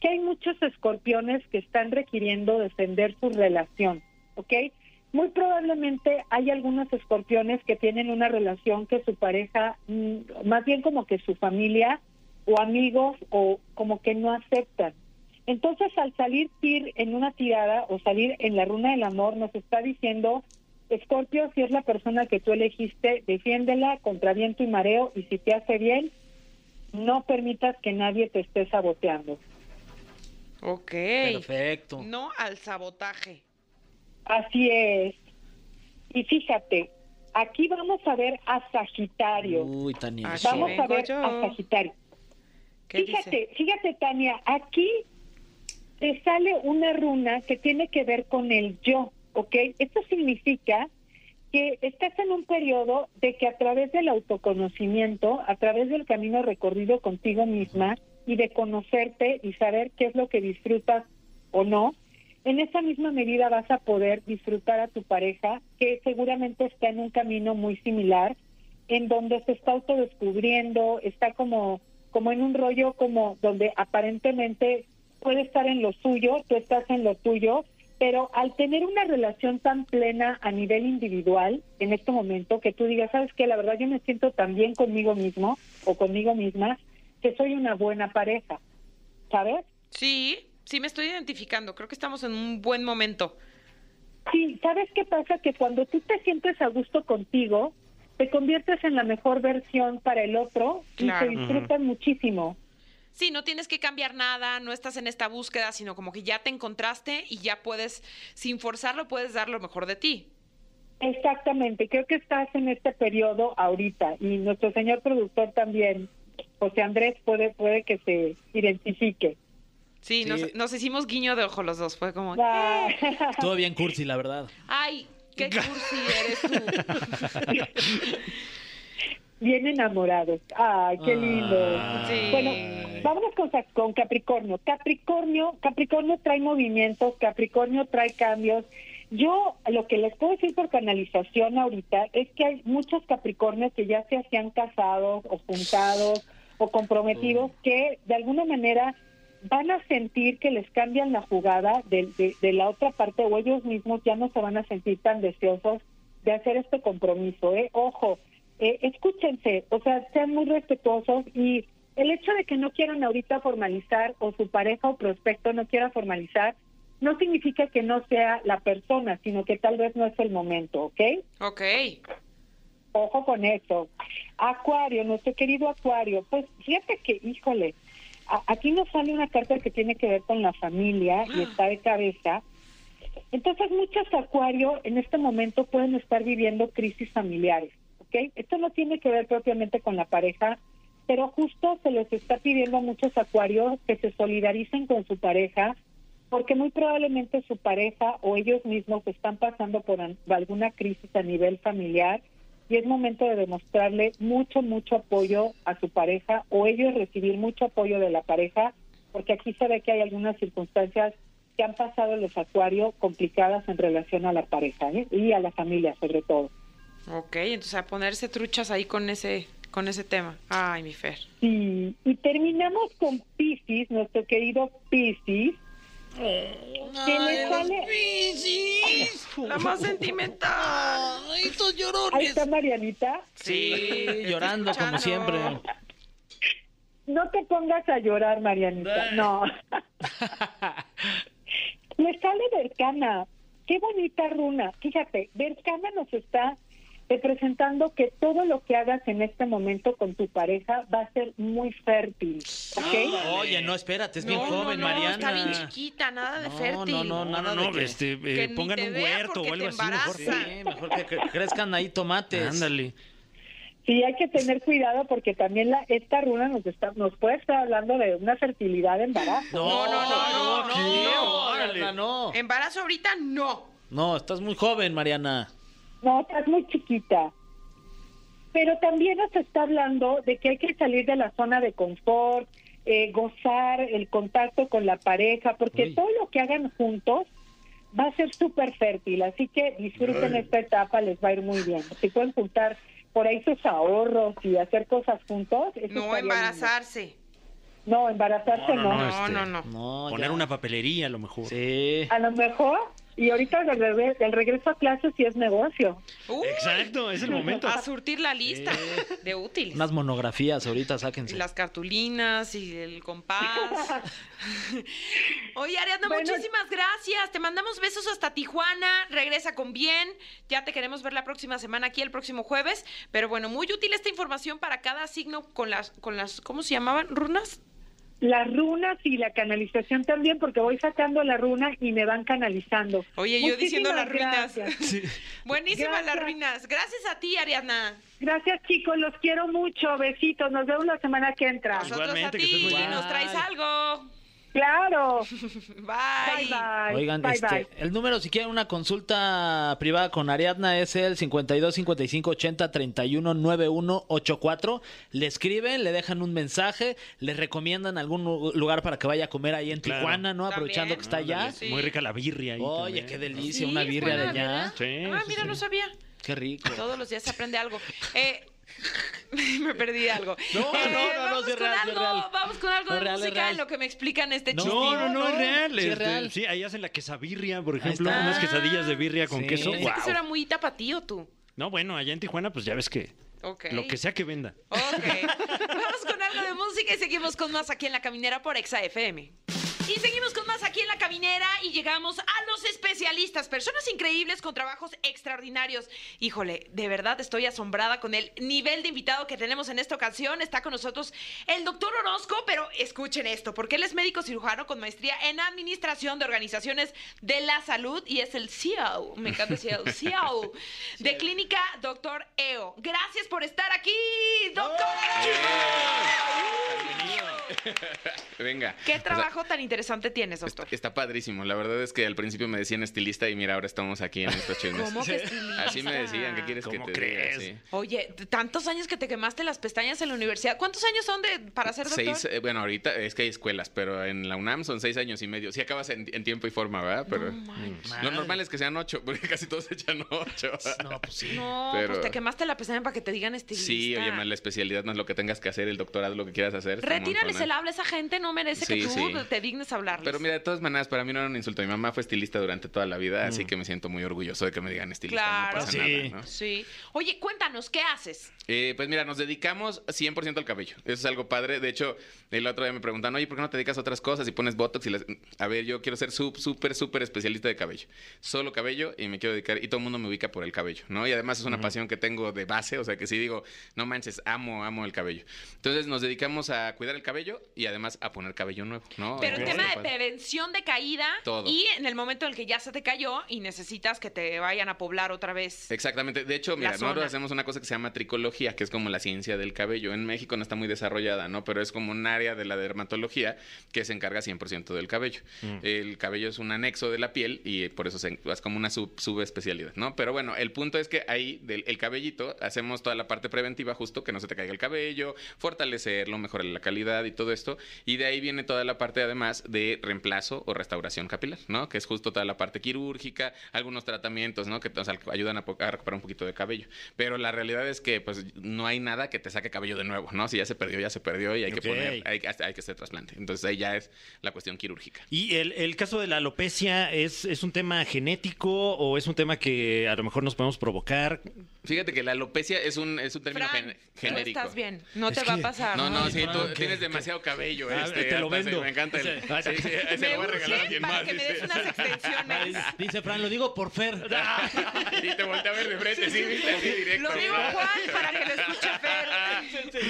que hay muchos escorpiones que están requiriendo defender su relación, ¿ok? Muy probablemente hay algunos escorpiones que tienen una relación que su pareja, mm, más bien como que su familia o amigos o como que no aceptan. Entonces, al salir TIR en una tirada o salir en la runa del amor, nos está diciendo Escorpio, si es la persona que tú elegiste, defiéndela contra viento y mareo y si te hace bien, no permitas que nadie te esté saboteando. Ok. Perfecto. No al sabotaje. Así es. Y fíjate, aquí vamos a ver a Sagitario. Uy, Tania. Ay, sí. Vamos a Mm. vengo ver yo. a Sagitario. ¿Qué fíjate, dice? fíjate, Tania, aquí te sale una runa que tiene que ver con el yo, ¿ok? Esto significa que estás en un periodo de que a través del autoconocimiento, a través del camino recorrido contigo misma y de conocerte y saber qué es lo que disfrutas o no, en esa misma medida vas a poder disfrutar a tu pareja, que seguramente está en un camino muy similar, en donde se está autodescubriendo, está como, como en un rollo como donde aparentemente puede estar en lo suyo, tú estás en lo tuyo, pero al tener una relación tan plena a nivel individual en este momento, que tú digas, sabes que la verdad yo me siento tan bien conmigo mismo o conmigo misma, que soy una buena pareja, ¿sabes? Sí, sí me estoy identificando. Creo que estamos en un buen momento. Sí, ¿sabes qué pasa? Que cuando tú te sientes a gusto contigo, te conviertes en la mejor versión para el otro Claro. y se disfrutan muchísimo. Sí, no tienes que cambiar nada, no estás en esta búsqueda, sino como que ya te encontraste y ya puedes, sin forzarlo, puedes dar lo mejor de ti. Exactamente, creo que estás en este periodo ahorita y nuestro señor productor también, José Andrés, puede, puede que se identifique. Sí, Nos, nos hicimos guiño de ojo los dos, fue como, Va. Todo bien cursi, la verdad. ay, qué cursi eres tú. Bien enamorados. Ay, qué lindo. Ay. Bueno, vámonos con, Sa- con Capricornio. Capricornio, Capricornio trae movimientos, Capricornio trae cambios. Yo lo que les puedo decir por canalización ahorita es que hay muchos Capricornios que ya se hacían casados o juntados o comprometidos que de alguna manera van a sentir que les cambian la jugada de, de- de la otra parte o ellos mismos ya no se van a sentir tan deseosos de hacer este compromiso. ¿eh? Ojo, eh, escúchense, o sea, sean muy respetuosos y el hecho de que no quieran ahorita formalizar o su pareja o prospecto no quiera formalizar, no significa que no sea la persona, sino que tal vez no es el momento, ¿ok? Ok, Ojo con eso. Acuario, nuestro querido Acuario, pues fíjate que, híjole, a- aquí nos sale una carta que tiene que ver con la familia y está de cabeza. Entonces muchos Acuario en este momento pueden estar viviendo crisis familiares, ¿ok? Esto no tiene que ver propiamente con la pareja, pero justo se les está pidiendo a muchos Acuarios que se solidaricen con su pareja, porque muy probablemente su pareja o ellos mismos están pasando por an- alguna crisis a nivel familiar y es momento de demostrarle mucho, mucho apoyo a su pareja o ellos recibir mucho apoyo de la pareja, porque aquí se ve que hay algunas circunstancias que han pasado los acuarios complicadas en relación a la pareja ¿eh? y a la familia sobre todo. ok, entonces a ponerse truchas ahí con ese, con ese tema. Ay, mi Fer. Sí, y terminamos con Piscis, nuestro querido Piscis. Que le sale... La más sentimental. Ahí está Marianita. Sí, Sí, llorando estoy como siempre. escuchando. No te pongas a llorar, Marianita. No. Le sale Bercana. Qué bonita runa. Fíjate, Bercana nos está representando que todo lo que hagas en este momento con tu pareja va a ser muy fértil. ¿Ok? Oye, no, espérate, es bien No, joven, no, no, Mariana. Está bien chiquita, ¿eh? nada de No, fértil. no, No, no, Nada de no, que- este, eh, que ni pongan te un vea huerto porque o algo te así, mejor. embaraza. Sí, mejor que cre- crezcan ahí tomates. Ándale. Sí, hay que tener cuidado porque también la, esta runa nos está, nos puede estar hablando de una fertilidad de embarazo. No, no, no, no, no, no, no, Mariana, no. Embarazo ahorita, no. No, estás muy joven, Mariana. No, estás muy chiquita. Pero también nos está hablando de que hay que salir de la zona de confort, eh, gozar el contacto con la pareja, porque Uy. todo lo que hagan juntos va a ser súper fértil. Así que disfruten esta etapa, les va a ir muy bien. Si pueden juntar por ahí sus ahorros y hacer cosas juntos. No eso estaría lindo. embarazarse. No, embarazarse no. No, no, No, este, no, no. No, Poner ya. una papelería a lo mejor. Sí. A lo mejor Y ahorita el, regre- el regreso a clases sí es negocio. Uy, Ah, Exacto, es el momento. Uh, A surtir la lista de útiles. Unas monografías ahorita, Y sáquense. las cartulinas y el compás. Oye, Ariadna, Bueno. muchísimas gracias. Te mandamos besos hasta Tijuana. Regresa con bien. Ya te queremos ver la próxima semana aquí, el próximo jueves. Pero bueno, muy útil esta información para cada signo con las, con las, ¿cómo se llamaban? ¿Runas? Las runas y la canalización también, porque voy sacando la runa y me van canalizando. Oye, yo diciendo las Muchísimas ruinas. Gracias. Buenísimas las Gracias. ruinas. Gracias a ti, Ariadna. gracias, chicos. Los quiero mucho. Besitos. Nos vemos la semana que entra. Nosotros a Igualmente, ti. que estés muy y bien. Nos traes algo. Claro. Bye. Bye, bye. Oigan, bye, este, bye. el número si quieren una consulta privada con Ariadna es el 52 55 80 31 91 84. Le escriben, le dejan un mensaje, le recomiendan algún lu- lugar para que vaya a comer ahí en Claro. Tijuana, ¿no? Aprovechando También. que está allá. Sí. Muy rica la birria ahí. Oye, también. qué delicia, Sí, una birria de buena, allá. ¿verdad? Sí, Ah, sí, mira, sí. no sabía. Qué rico. Todos los días se aprende algo. Eh, me perdí de algo. Eh, No, no, no, no, vamos sí es con real, sí es algo, real. vamos con algo No, de real, es música en real. lo que me explican este No, chiste. No, no, no, no, es real. sí es este, real. sí, ahí hacen la quesabirria, por Ahí ejemplo. está. Unas quesadillas de birria con Sí. queso. Pensé que Guau. eso era muy tapatío tú. No, bueno, allá en Tijuana, pues ya ves que Ok. lo que sea que venda. Ok. Vamos con algo de música y seguimos con más aquí en La Caminera por Exa FM. Y seguimos con más aquí en La Caminera y llegamos a los especialistas, personas increíbles con trabajos extraordinarios. Híjole, de verdad estoy asombrada con el nivel de invitado que tenemos en esta ocasión. Está con nosotros el doctor Orozco, pero escuchen esto, porque él es médico cirujano con maestría en administración de organizaciones de la salud y es el E CEO, me encanta CEO, CEO de Clínica Doctor EO. Gracias por estar aquí, doctor. Venga. ¿Qué O sea, trabajo tan interesante tienes, está, doctor? está padrísimo. La verdad es que al principio me decían estilista y mira, ahora estamos aquí en estos chismes. ¿Cómo que estilista? Así me decían, ¿qué quieres que ¿Cómo te crees? diga? Sí. Oye, t- tantos años que te quemaste las pestañas en la universidad. ¿Cuántos años son de para ser doctor? Seis, eh, bueno, ahorita es que hay escuelas, pero en la UNAM son seis años y medio. Sí acabas en, en tiempo y forma, ¿verdad? Pero mm, lo normal es que sean ocho, porque casi todos echan ocho. No, pues sí. No, Pero- pues te quemaste la pestaña para que te digan estilista. Sí, oye, más la especialidad no es lo que tengas que hacer, el doctorado, lo que quieras hacer. está Retírales montón, el ¿eh? habla, esa gente no merece que Sí, tú sí. te dignes a hablarles. Pero mira, de todas maneras, para mí no era un insulto. Mi mamá fue estilista durante toda la vida, así que me siento muy orgulloso de que me digan estilista. Claro. No pasa Mm. Sí. nada, ¿no? Sí. Oye, cuéntanos, ¿qué haces? Eh, pues mira, nos dedicamos 100% al cabello. Eso es algo padre. De hecho, el otro día me preguntan, oye, ¿por qué no te dedicas a otras cosas y pones Botox? Y las... A ver, yo quiero ser sup- súper, súper especialista de cabello. Solo cabello y me quiero dedicar. Y todo el mundo me ubica por el cabello, ¿no? Y además es una pasión que tengo de base. O sea, que sí digo, no manches, amo, amo el cabello. Entonces nos dedicamos a cuidar el cabello y además a poner cabello nuevo, ¿no? Pero el Eso es tema lo de padre. prevención de caída Todo. y en el momento en el que ya se te cayó y necesitas que te vayan a poblar otra vez. Exactamente. De hecho, mira, zona. nosotros hacemos una cosa que se llama tricología, que es como la ciencia del cabello. En México no está muy desarrollada, ¿no? Pero es como un área de la dermatología que se encarga 100% del cabello. El cabello es un anexo de la piel y por eso se- es como una sub- subespecialidad, ¿no? Pero bueno, el punto es que ahí del el cabellito hacemos toda la parte preventiva, justo que no se te caiga el cabello, fortalecerlo, mejorar la calidad y todo esto. Y de ahí viene toda la parte además de reemplazo o restauración capilar, ¿no? Que es justo toda la parte quirúrgica, algunos tratamientos, ¿no? Que o sea, ayudan a, po- a recuperar un poquito de cabello. Pero la realidad es que pues no hay nada que te saque cabello de nuevo, ¿no? Si ya se perdió, ya se perdió y hay Ok. que poner, hay, que- hay que hacer trasplante. Entonces ahí ya es la cuestión quirúrgica. ¿Y el, el caso de la alopecia ¿es, es un tema genético o es un tema que a lo mejor nos podemos provocar? Fíjate que la alopecia es un, es un término Fran, gen- tú genérico. estás bien, no te va a pasar. No, no, Ay, sí, tú Fran, ¿qué? tienes demasiado cabello. Ah, este, te lo hasta se- vendo. Me encanta el. Sí. Sí, sí, ese me lo voy a regalar a urgen alguien para más. que me dice. des unas extensiones. Dice Fran, lo digo por Fer. Ah, Y te voltea a ver de frente, sí, viste, así directo. Lo digo ¿verdad? Juan para que lo escuche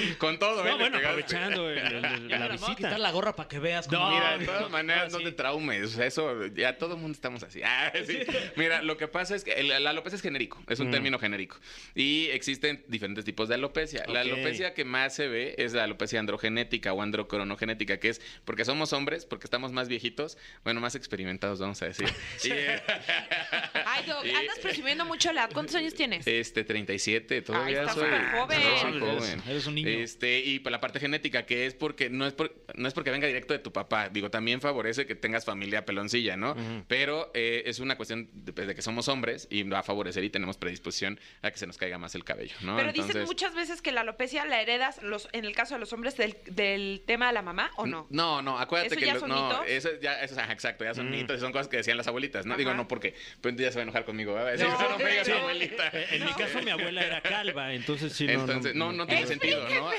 Fer. Con todo, ¿eh? No, Le bueno, pegaste. aprovechando el- el- el- Ya la me la voy a visita. quitar la gorra para que veas. No, cómo- Mira, de todas maneras, Ahora no sí. te traumes. O sea, Eso, ya todo el mundo estamos así. Ah, sí. Mira, lo que pasa es que el- la alopecia es genérico, es un término genérico. Y existen diferentes tipos de alopecia. La Ok. alopecia que más se ve es la alopecia androgenética o androcronogenética, que es porque somos hombres, porque estamos más viejitos, bueno, más experimentados, vamos a decir. Y, eh, Ay, Doc, Y- andas presumiendo mucho la edad. ¿Cuántos años tienes? Este, 37, todavía estás soy superjoven. soy No, eres- joven. eres un niño. Este, y para la parte genética, que es porque no es, por- no es porque venga directo de tu papá, digo, también favorece que tengas familia peloncilla, ¿no? Pero eh, es una cuestión de, pues, de que somos hombres y va a favorecer y tenemos predisposición a que se nos caiga más el cabello, ¿no? Pero dicen Entonces, muchas veces que la alopecia la heredas, los, en el caso de los hombres, del, del el tema de la mamá o no? No, no, acuérdate ¿Eso que ya lo- son no, mitos? eso ya, eso, ajá, exacto, ya son mitos y son cosas que decían las abuelitas, ¿no? Digo, Ajá. no, porque pues ya se va a enojar conmigo, va a decir, No, "Eso no me digas, sí. abuelita. Eh, En mi No. caso, mi abuela era calva, entonces sí, no. Entonces, no, no tiene sentido, ¿no?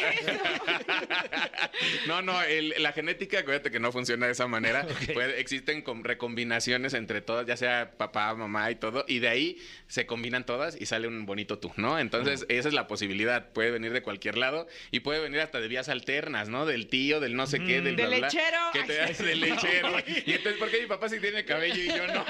no, no, el- la genética, acuérdate que no funciona de esa manera. Pues, existen com- recombinaciones entre todas, ya sea papá, mamá y todo, y de ahí se combinan todas y sale un bonito tú, ¿no? Entonces, esa es la posibilidad. Puede venir de cualquier lado y puede venir hasta de vías alternas, ¿no? Del tío, del no sé qué, del Mm. Del bla, bla, bla, lechero. que te Ay, das del lechero. Y entonces, ¿por qué mi papá sí tiene cabello y yo no?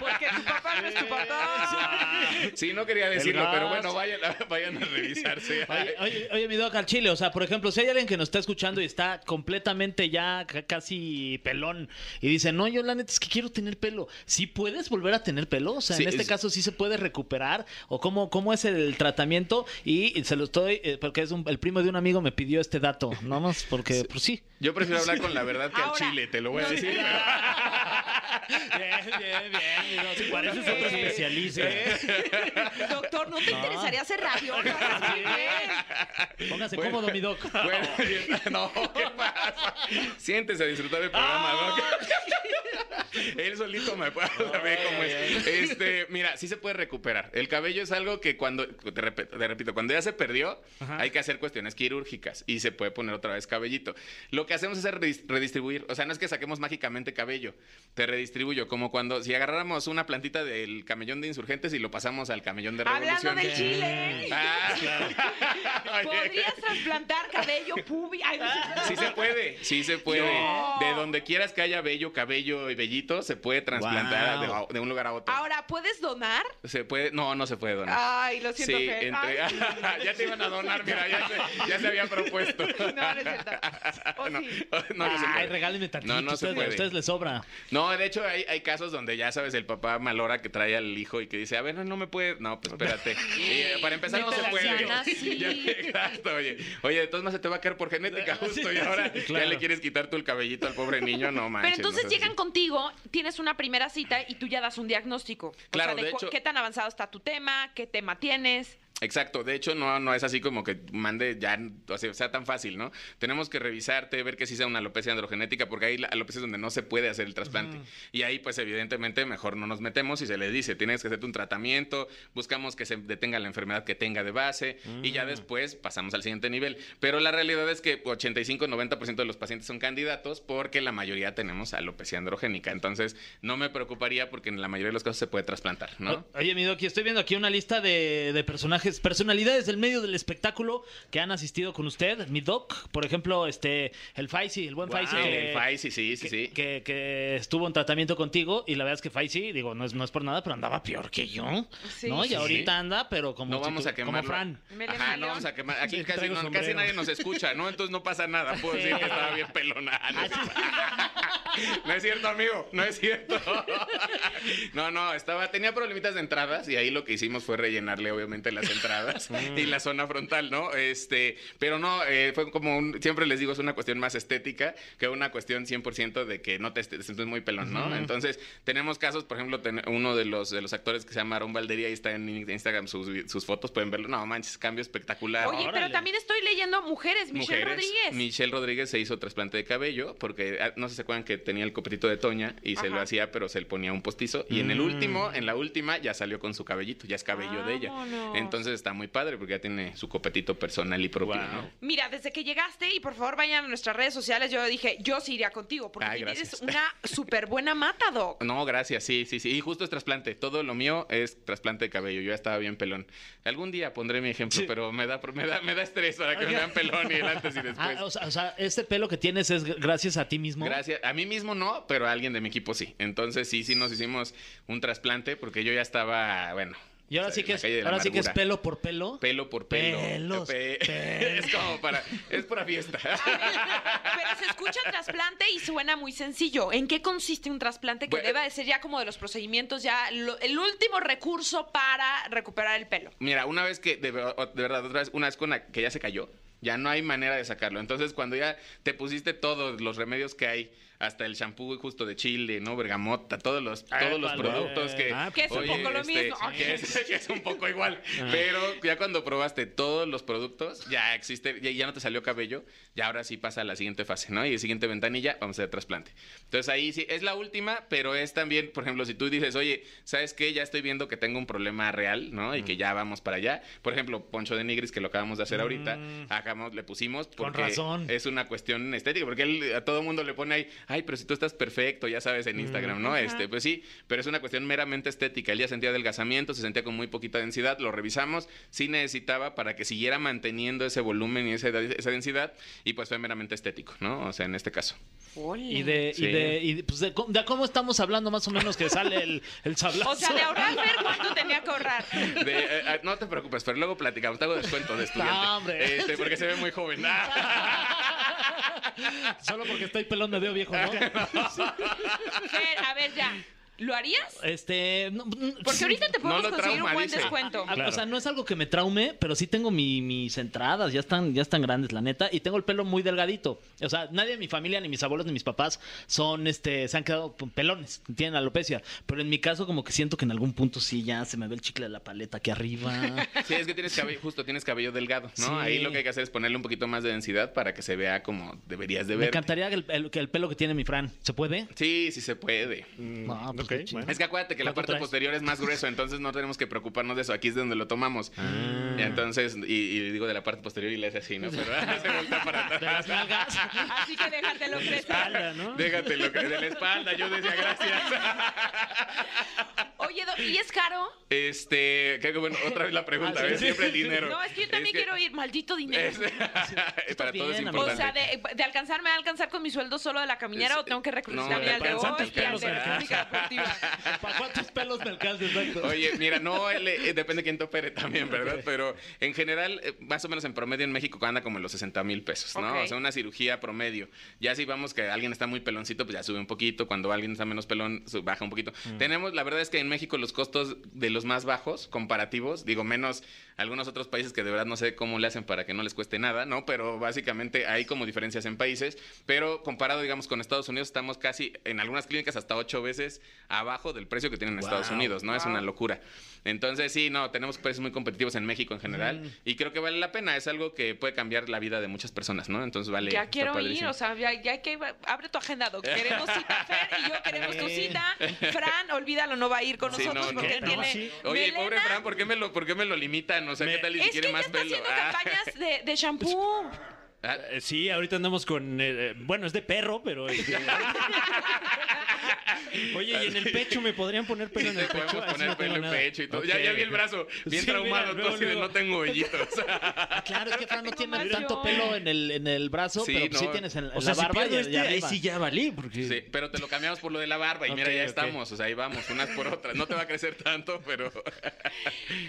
Porque tu papá no es tu papá. Sí, no quería decirlo, gas. pero bueno, vayan, a- vayan a revisarse. Oye, oye, oye, mi Doc, al chile, o sea, por ejemplo, si hay alguien que nos está escuchando y está completamente ya ca- casi pelón y dice, no, yo la neta es que quiero tener pelo, ¿sí puedes volver a tener pelo? O sea, Sí, en este es- caso sí se puede recuperar o cómo, cómo es el tratamiento y se lo estoy, eh, porque es un- el primo de un amigo me pidió este dato, no más porque, pues sí. Yo prefiero hablar con la verdad que Ahora, al chile, te lo voy a decir. Bien, bien, bien, mi Doc. Sí, pareces otro Eh, especialista. Doctor, ¿no te interesaría hacer radio? Lo haces muy bien. Póngase Bueno, cómodo, mi Doc. Bueno, y- no, ¿qué pasa? Siéntese a disfrutar del programa, ¿no? Él solito me puede saber cómo es. Este, mira, sí se puede recuperar. El cabello es algo que cuando, te, rep- te repito, cuando ya se perdió, hay que hacer cuestiones quirúrgicas y se puede poner otra vez cabellito. Lo que hacemos es redis- redistribuir. O sea, no es que saquemos mágicamente cabello. Te redistribuyo, como cuando si agarráramos una plantita del camellón de insurgentes y lo pasamos al camellón de Hablando revolución. del chile, Ah, ¿podrías trasplantar cabello pubi? Ay, Sí se puede, sí se puede. No. De donde quieras que haya bello, cabello y bellito, se puede trasplantar Wow. de, de un lugar a otro. Ahora, ¿puedes donar? Se puede, no, no se puede donar. Ay, lo siento, Ah, sí, Fer. entre- ah, Ay, ya te iban a donar, mira, ya se, ya se había propuesto. No, no es cierto. O no, sí. no, no se Ay, puede. regálenme tantito, No, no se ustedes, puede. ustedes les sobra. No, de hecho hay, hay casos donde ya sabes, el papá malora que trae al hijo y que dice, a ver, no me puede. No, pues espérate. Y, eh, para empezar, no Vete se a la puede. anciana, sí. Ya, exacto, oye. Oye, de todas maneras te va a caer por genética justo. Y ahora claro. ya le quieres quitar tú el cabellito al pobre niño, no manches. Pero entonces no seas llegan así. contigo, tienes una primera cita y tú ya das un diagnóstico. Claro, o sea, de, de cu- hecho- qué tan avanzado está tu tema, qué tema tienes. Exacto, de hecho no, no es así como que mande ya, o sea, sea tan fácil, ¿no? Tenemos que revisarte, ver que sí sea una alopecia androgenética, porque hay la- alopecias donde no se puede hacer el trasplante. Y ahí pues evidentemente mejor no nos metemos y se le dice, tienes que hacerte un tratamiento, buscamos que se detenga la enfermedad que tenga de base y Mm. ya después pasamos al siguiente nivel. Pero la realidad es que 85-90% de los pacientes son candidatos porque la mayoría tenemos alopecia androgénica. Entonces no me preocuparía porque en la mayoría de los casos se puede trasplantar, ¿no? O- Oye, mi Doki, estoy viendo aquí una lista de, de personajes, personalidades del medio del espectáculo que han asistido con usted. Mi Doc, por ejemplo, este, el Faisy, el buen Wow, Faisy. que- el Faisy, sí, sí, que, sí. que- que estuvo en tratamiento contigo y la verdad es que Faisy, digo, no es, no es por nada, pero andaba peor que yo. Sí. ¿no? Y Sí. ahorita anda, pero como, No si vamos tu- a quemarlo. como Fran. Me le Ajá, valió. no vamos a quemar. Aquí Sí, casi, traigo no- sombrero. casi nadie nos escucha, ¿no? Entonces no pasa nada. Puedo decir que estaba bien pelona. No es, no es cierto, amigo. No es cierto. No, no, estaba, tenía problemitas de entradas y ahí lo que hicimos fue rellenarle, obviamente, las entradas y la zona frontal, ¿no? Este, pero no, eh, fue como un, siempre les digo, es una cuestión más estética que una cuestión 100% de que no te est- te sientes muy pelón, ¿no? Entonces, tenemos casos, por ejemplo, ten- uno de los, de los actores que se llama Aarón Valdería y está en Instagram sus, vi- sus fotos, pueden verlo. No, manches, cambio espectacular. Oye, pero también estoy leyendo mujeres, Michelle Mujeres. Rodríguez. Michelle Rodríguez se hizo trasplante de cabello porque ah, no sé si se acuerdan que tenía el copetito de Toña y se lo Ajá. hacía, pero se le ponía un postizo. Y en el último, en la última, ya salió con su cabellito, ya es cabello de ella. Vámonos. Entonces está muy padre porque ya tiene su copetito personal y propio. Guau. ¿no? Mira, desde que llegaste, y por favor vayan a nuestras redes sociales, yo dije, yo sí iría contigo, porque Ay, tienes gracias. una súper buena mata, Doc. No, gracias, sí, sí, sí. Y justo es trasplante. Todo lo mío es trasplante de cabello. Yo ya estaba bien pelón. Algún día pondré mi ejemplo, pero me da, me da, me da estrés para que me vean pelón y el antes y Ah, después. o, sea, o sea, este pelo que tienes es gracias a ti mismo. Gracias. A mí mismo no, pero a alguien de mi equipo sí. Entonces sí, sí nos hicimos un trasplante porque yo ya estaba, bueno. Y ahora o sea, sí en que la es, calle de la ahora sí que es amargura. pelo por pelo. Pelo por pelo. Pelos, Pe- pelos. Es como para. Es para fiesta. A ver, pero se escucha trasplante y suena muy sencillo. ¿En qué consiste un trasplante que Bueno, deba de ser ya como de los procedimientos, ya lo- el último recurso para recuperar el pelo? Mira, una vez que, de, ver- de verdad, otra vez, una vez con la- que ya se cayó, ya no hay manera de sacarlo. Entonces, cuando ya te pusiste todos los remedios que hay hasta el shampoo justo de Chile, ¿no? Bergamota, todos los, Ah, todos los vale. productos que... Ah, Que es un poco lo este, mismo. este, que es, que es un poco igual. Pero ya cuando probaste todos los productos, ya existe, ya, ya no te salió cabello, ya ahora sí pasa a la siguiente fase, ¿no? Y la siguiente ventanilla, vamos a hacer trasplante. Entonces ahí sí, es la última, pero es también, por ejemplo, si tú dices, oye, ¿sabes qué? Ya estoy viendo que tengo un problema real, ¿no? Y que Mm. ya vamos para allá. Por ejemplo, Poncho de Nigris, que lo acabamos de hacer ahorita, acabamos, le pusimos Mm. Con porque razón. Es una cuestión estética, porque él, a todo mundo le pone ahí, ay, pero si tú estás perfecto, ya sabes, en Instagram, ¿no? Este, pues sí, pero es una cuestión meramente estética. Él ya sentía adelgazamiento, se sentía con muy poquita densidad, lo revisamos, sí necesitaba para que siguiera manteniendo ese volumen y esa, esa densidad, y pues fue meramente estético, ¿no? O sea, en este caso. Y de, Sí. y de, y de- pues de, cómo- de cómo estamos hablando más o menos que sale el, el sablazo. O sea, de ahorrar ver cuánto tenía que ahorrar. De- eh, eh, no te preocupes, pero luego platicamos, te hago descuento de estudiante. No, hombre. Este, porque se ve muy joven. Ah. Solo porque estoy pelón me veo viejo, ¿no? Fer, a ver ya, ¿lo harías? Este, no, Porque ahorita te No podemos lo conseguir un buen traumatice. descuento. Ah, O sea, no es algo que me traume, pero sí tengo mi- mis entradas, ya están, ya están grandes, la neta, y tengo el pelo muy delgadito. O sea, nadie de mi familia, ni mis abuelos, ni mis papás son, este, se han quedado con pelones, tienen alopecia. Pero en mi caso, como que siento que en algún punto sí ya se me ve el chicle de la paleta aquí arriba. Sí, es que tienes cabello, justo tienes cabello delgado, ¿no? Sí. Ahí lo que hay que hacer es ponerle un poquito más de densidad para que se vea como deberías de me ver. encantaría que el, el- que el pelo que tiene mi Fran, ¿se puede? Sí, sí se puede. Mm. No, pues, ok, qué chido. bueno. Es que acuérdate que la ¿Cuánto parte traes? posterior es más grueso, entonces no tenemos que preocuparnos de eso. Aquí es de donde lo tomamos. Entonces, y, y digo de la parte posterior y le hace así, ¿no? Pero ah, se voltea para atrás. De las nalgas. Así que déjatelo crecer. ¿no? Déjate lo que de la espalda, yo decía gracias. Oye, Doc, ¿y es caro? Este, creo que bueno, otra vez la pregunta, Ah, sí. ¿ves? Siempre el dinero. No, es que yo también que- quiero ir, maldito dinero. Es- para todo es bien, importante. O sea, de, de alcanzar, ¿me va a alcanzar con mi sueldo solo de la caminera Es- eh, o tengo que reclutar no, también al de alcanzan hoy tus y al pelos, de la ¿verdad? clínica deportiva? ¿Para cuántos pelos me alcanza? Exacto. Oye, mira, no, él, eh, depende de quién te opere también, ¿verdad? Pero en general, eh, más o menos en promedio en México anda como en los 60 mil pesos, ¿no? Ok. O sea, una cirugía promedio. Ya si vamos que alguien está muy peloncito, pues ya sube un poquito. Cuando alguien está menos pelón, su- baja un poquito. Tenemos, la verdad es que en México los costos de los más bajos comparativos, digo, menos algunos otros países que de verdad no sé cómo le hacen para que no les cueste nada, ¿no? Pero básicamente hay como diferencias en países, pero comparado, digamos, con Estados Unidos, estamos casi en algunas clínicas hasta ocho veces abajo del precio que tienen en Estados Unidos, ¿no? Es una locura. Entonces, sí, no, tenemos precios muy competitivos en México en general y creo que vale la pena, es algo que puede cambiar la vida de muchas personas, ¿no? Entonces, vale. Ya está quiero ir, padrísimo. o sea, ya, ya hay que abre tu agenda, Doc. Queremos cita, Fer y yo queremos tu cita. Fran, olvídalo, no va a ir con Sí, nosotros no, no, porque no, tiene. sí. Oye, melena. pobre Fran, ¿por qué me lo, por qué me lo limitan? O sea, ¿qué tal y si Es que quiere ya más está pelo? haciendo Ah. campañas de, de shampoo. Ah, Eh, Sí, ahorita andamos con. eh, eh, bueno, es de perro, pero. este- Oye, ¿y en el pecho me podrían poner pelo Sí, en el te podemos pecho? Ah, sí, poner no pelo tengo en nada. pecho y todo. Ya, Ok. ya vi el brazo, bien Sí, traumado, mira, tú luego, así de luego. no tengo hoyitos. Claro, es que Fran no tiene Tengo tanto más yo. pelo en el, en el brazo, Sí, pero pues sí no. tienes en, en O sea, si la barba pierdo y- y este, ahí arriba. sí ya valí, porque. Sí, pero te lo cambiamos por lo de la barba y mira, Ok, ya ok. estamos. O sea, ahí vamos, unas por otras. No te va a crecer tanto, pero.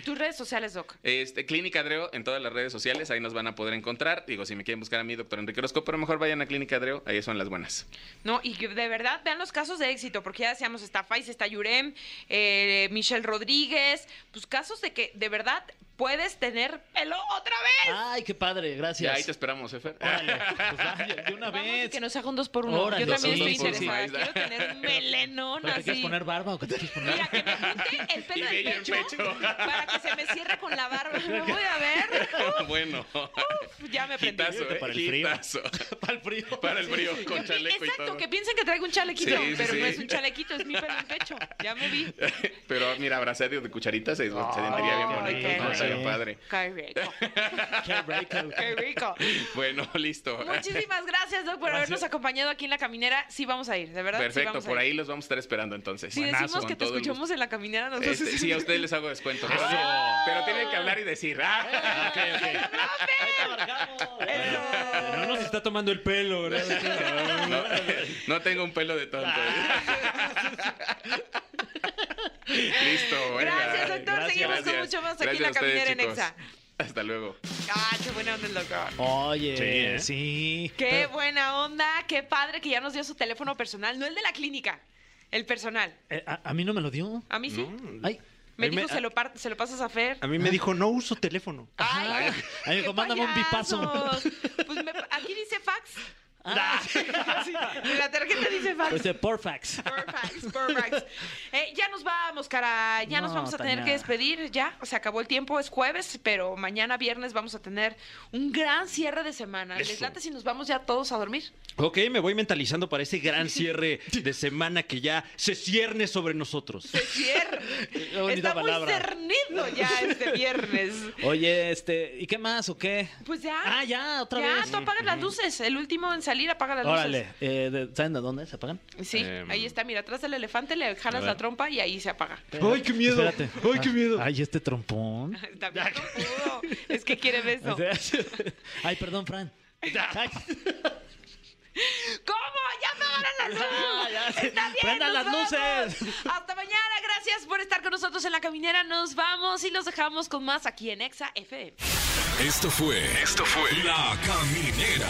Tus redes sociales, Doc. Este, Clínica Dreo en todas las redes sociales, ahí nos van a poder encontrar. Digo, si me quieren buscar a mí, doctor Enrique Orozco, pero mejor vayan a Clínica Dreo, ahí son las buenas. No, y que de verdad vean los casos de éxito, porque ya decíamos, está Faiz, está Yurem, eh, Michelle Rodríguez, pues casos de que de verdad puedes tener pelo otra vez. Ay, qué padre, Ya, gracias. ahí te esperamos, Efer. Órale, pues vaya, de una Vamos, vez. que nos haga un dos por uno. Órale, Yo también sí, estoy sí, sí. interesada. Sí. Quiero tener un melenón ¿Pero te así. quieres poner barba o qué te quieres poner? Mira, que me junte el Y pelo del bello en pecho, pecho. para que se me cierre con la barba. Me voy a ver. bueno, Uf, ya me aprendí. hitazo, eh, Para el frío. hitazo. Para el frío. Para el frío, con chaleco y Exacto, todo. que piensen que traigo un chalequito, Sí, sí, pero no sí. es un chalequito, es mi pelo en pecho. Ya me vi. Pero mira, abrazadito de cucharitas se, se sentiría bien Ay, bonito. qué ¿no? Estaría rico. padre. Qué rico, Qué rico. qué rico. Bueno, listo. Muchísimas gracias, Doc, por habernos acompañado aquí en la caminera. Sí vamos a ir, de verdad. sí Perfecto, vamos a por ir. ahí los vamos a estar esperando entonces. Si decimos Con que te todo el gusto. escuchamos en la caminera, nosotros... Este, sí, a ustedes les hago descuento. Pero, pero tienen que hablar y decir. ¡Ah! Pero No nos está tomando el pelo, ¿verdad? No, no tengo un pelo de tonto. Listo. venga. Gracias, doctor. Seguimos con Gracias. mucho más aquí en Gracias La a ustedes, Caminera en chicos. Exa. Hasta luego. Ah, qué buena onda el doctor. Oye, Sí, sí. ¿eh? Qué Pero, buena onda, qué padre que ya nos dio su teléfono personal, no el de la clínica, el personal. eh, a, a mí no me lo dio. A mí sí. Ay. Me A mí me- dijo, se lo, par- se lo pasas a Fer. A mí me dijo, no uso teléfono. Ay, Ay, me qué dijo, mándame un pipazo. payasos. Pues me- aquí dice fax. Ah, sí, en la tarjeta dice fax. Pues de Porfax. Perfect, perfect. Eh, ya nos vamos, cara. Ya nos No, vamos a tener Tania. que despedir. Ya se acabó el tiempo. Es jueves, pero mañana viernes vamos a tener un gran cierre de semana. Les Eso. late si nos vamos ya todos a dormir. Ok, me voy mentalizando para este ese gran cierre de semana que ya se cierne sobre nosotros. Se cierra. Qué bonita Está muy palabra. cernido ya este viernes. Oye, este, ¿y qué más o qué? Pues ya. Ah, ya, otra ya, vez. tú apagas las luces. El último en salir apaga las Órale, eh, de- ¿saben de dónde se apagan? luces. Sí, Em. ahí está. Mira, atrás del elefante le jalas la trompa y ahí se apaga. ¡Ay, qué miedo! Espérate. ¡Ay, qué miedo! Ay, este trompón. También no pudo. Es que quiere beso. Ay, perdón, é. Fran. ¿Cómo? ¡Ya apagaron las luces! Ya, ya. ¡Está bien! nos Prendan las vamos. luces. Hasta mañana, gracias por estar con nosotros en la caminera. Nos vamos y los dejamos con más aquí en Exa FM. Esto fue. Esto fue. La Caminera.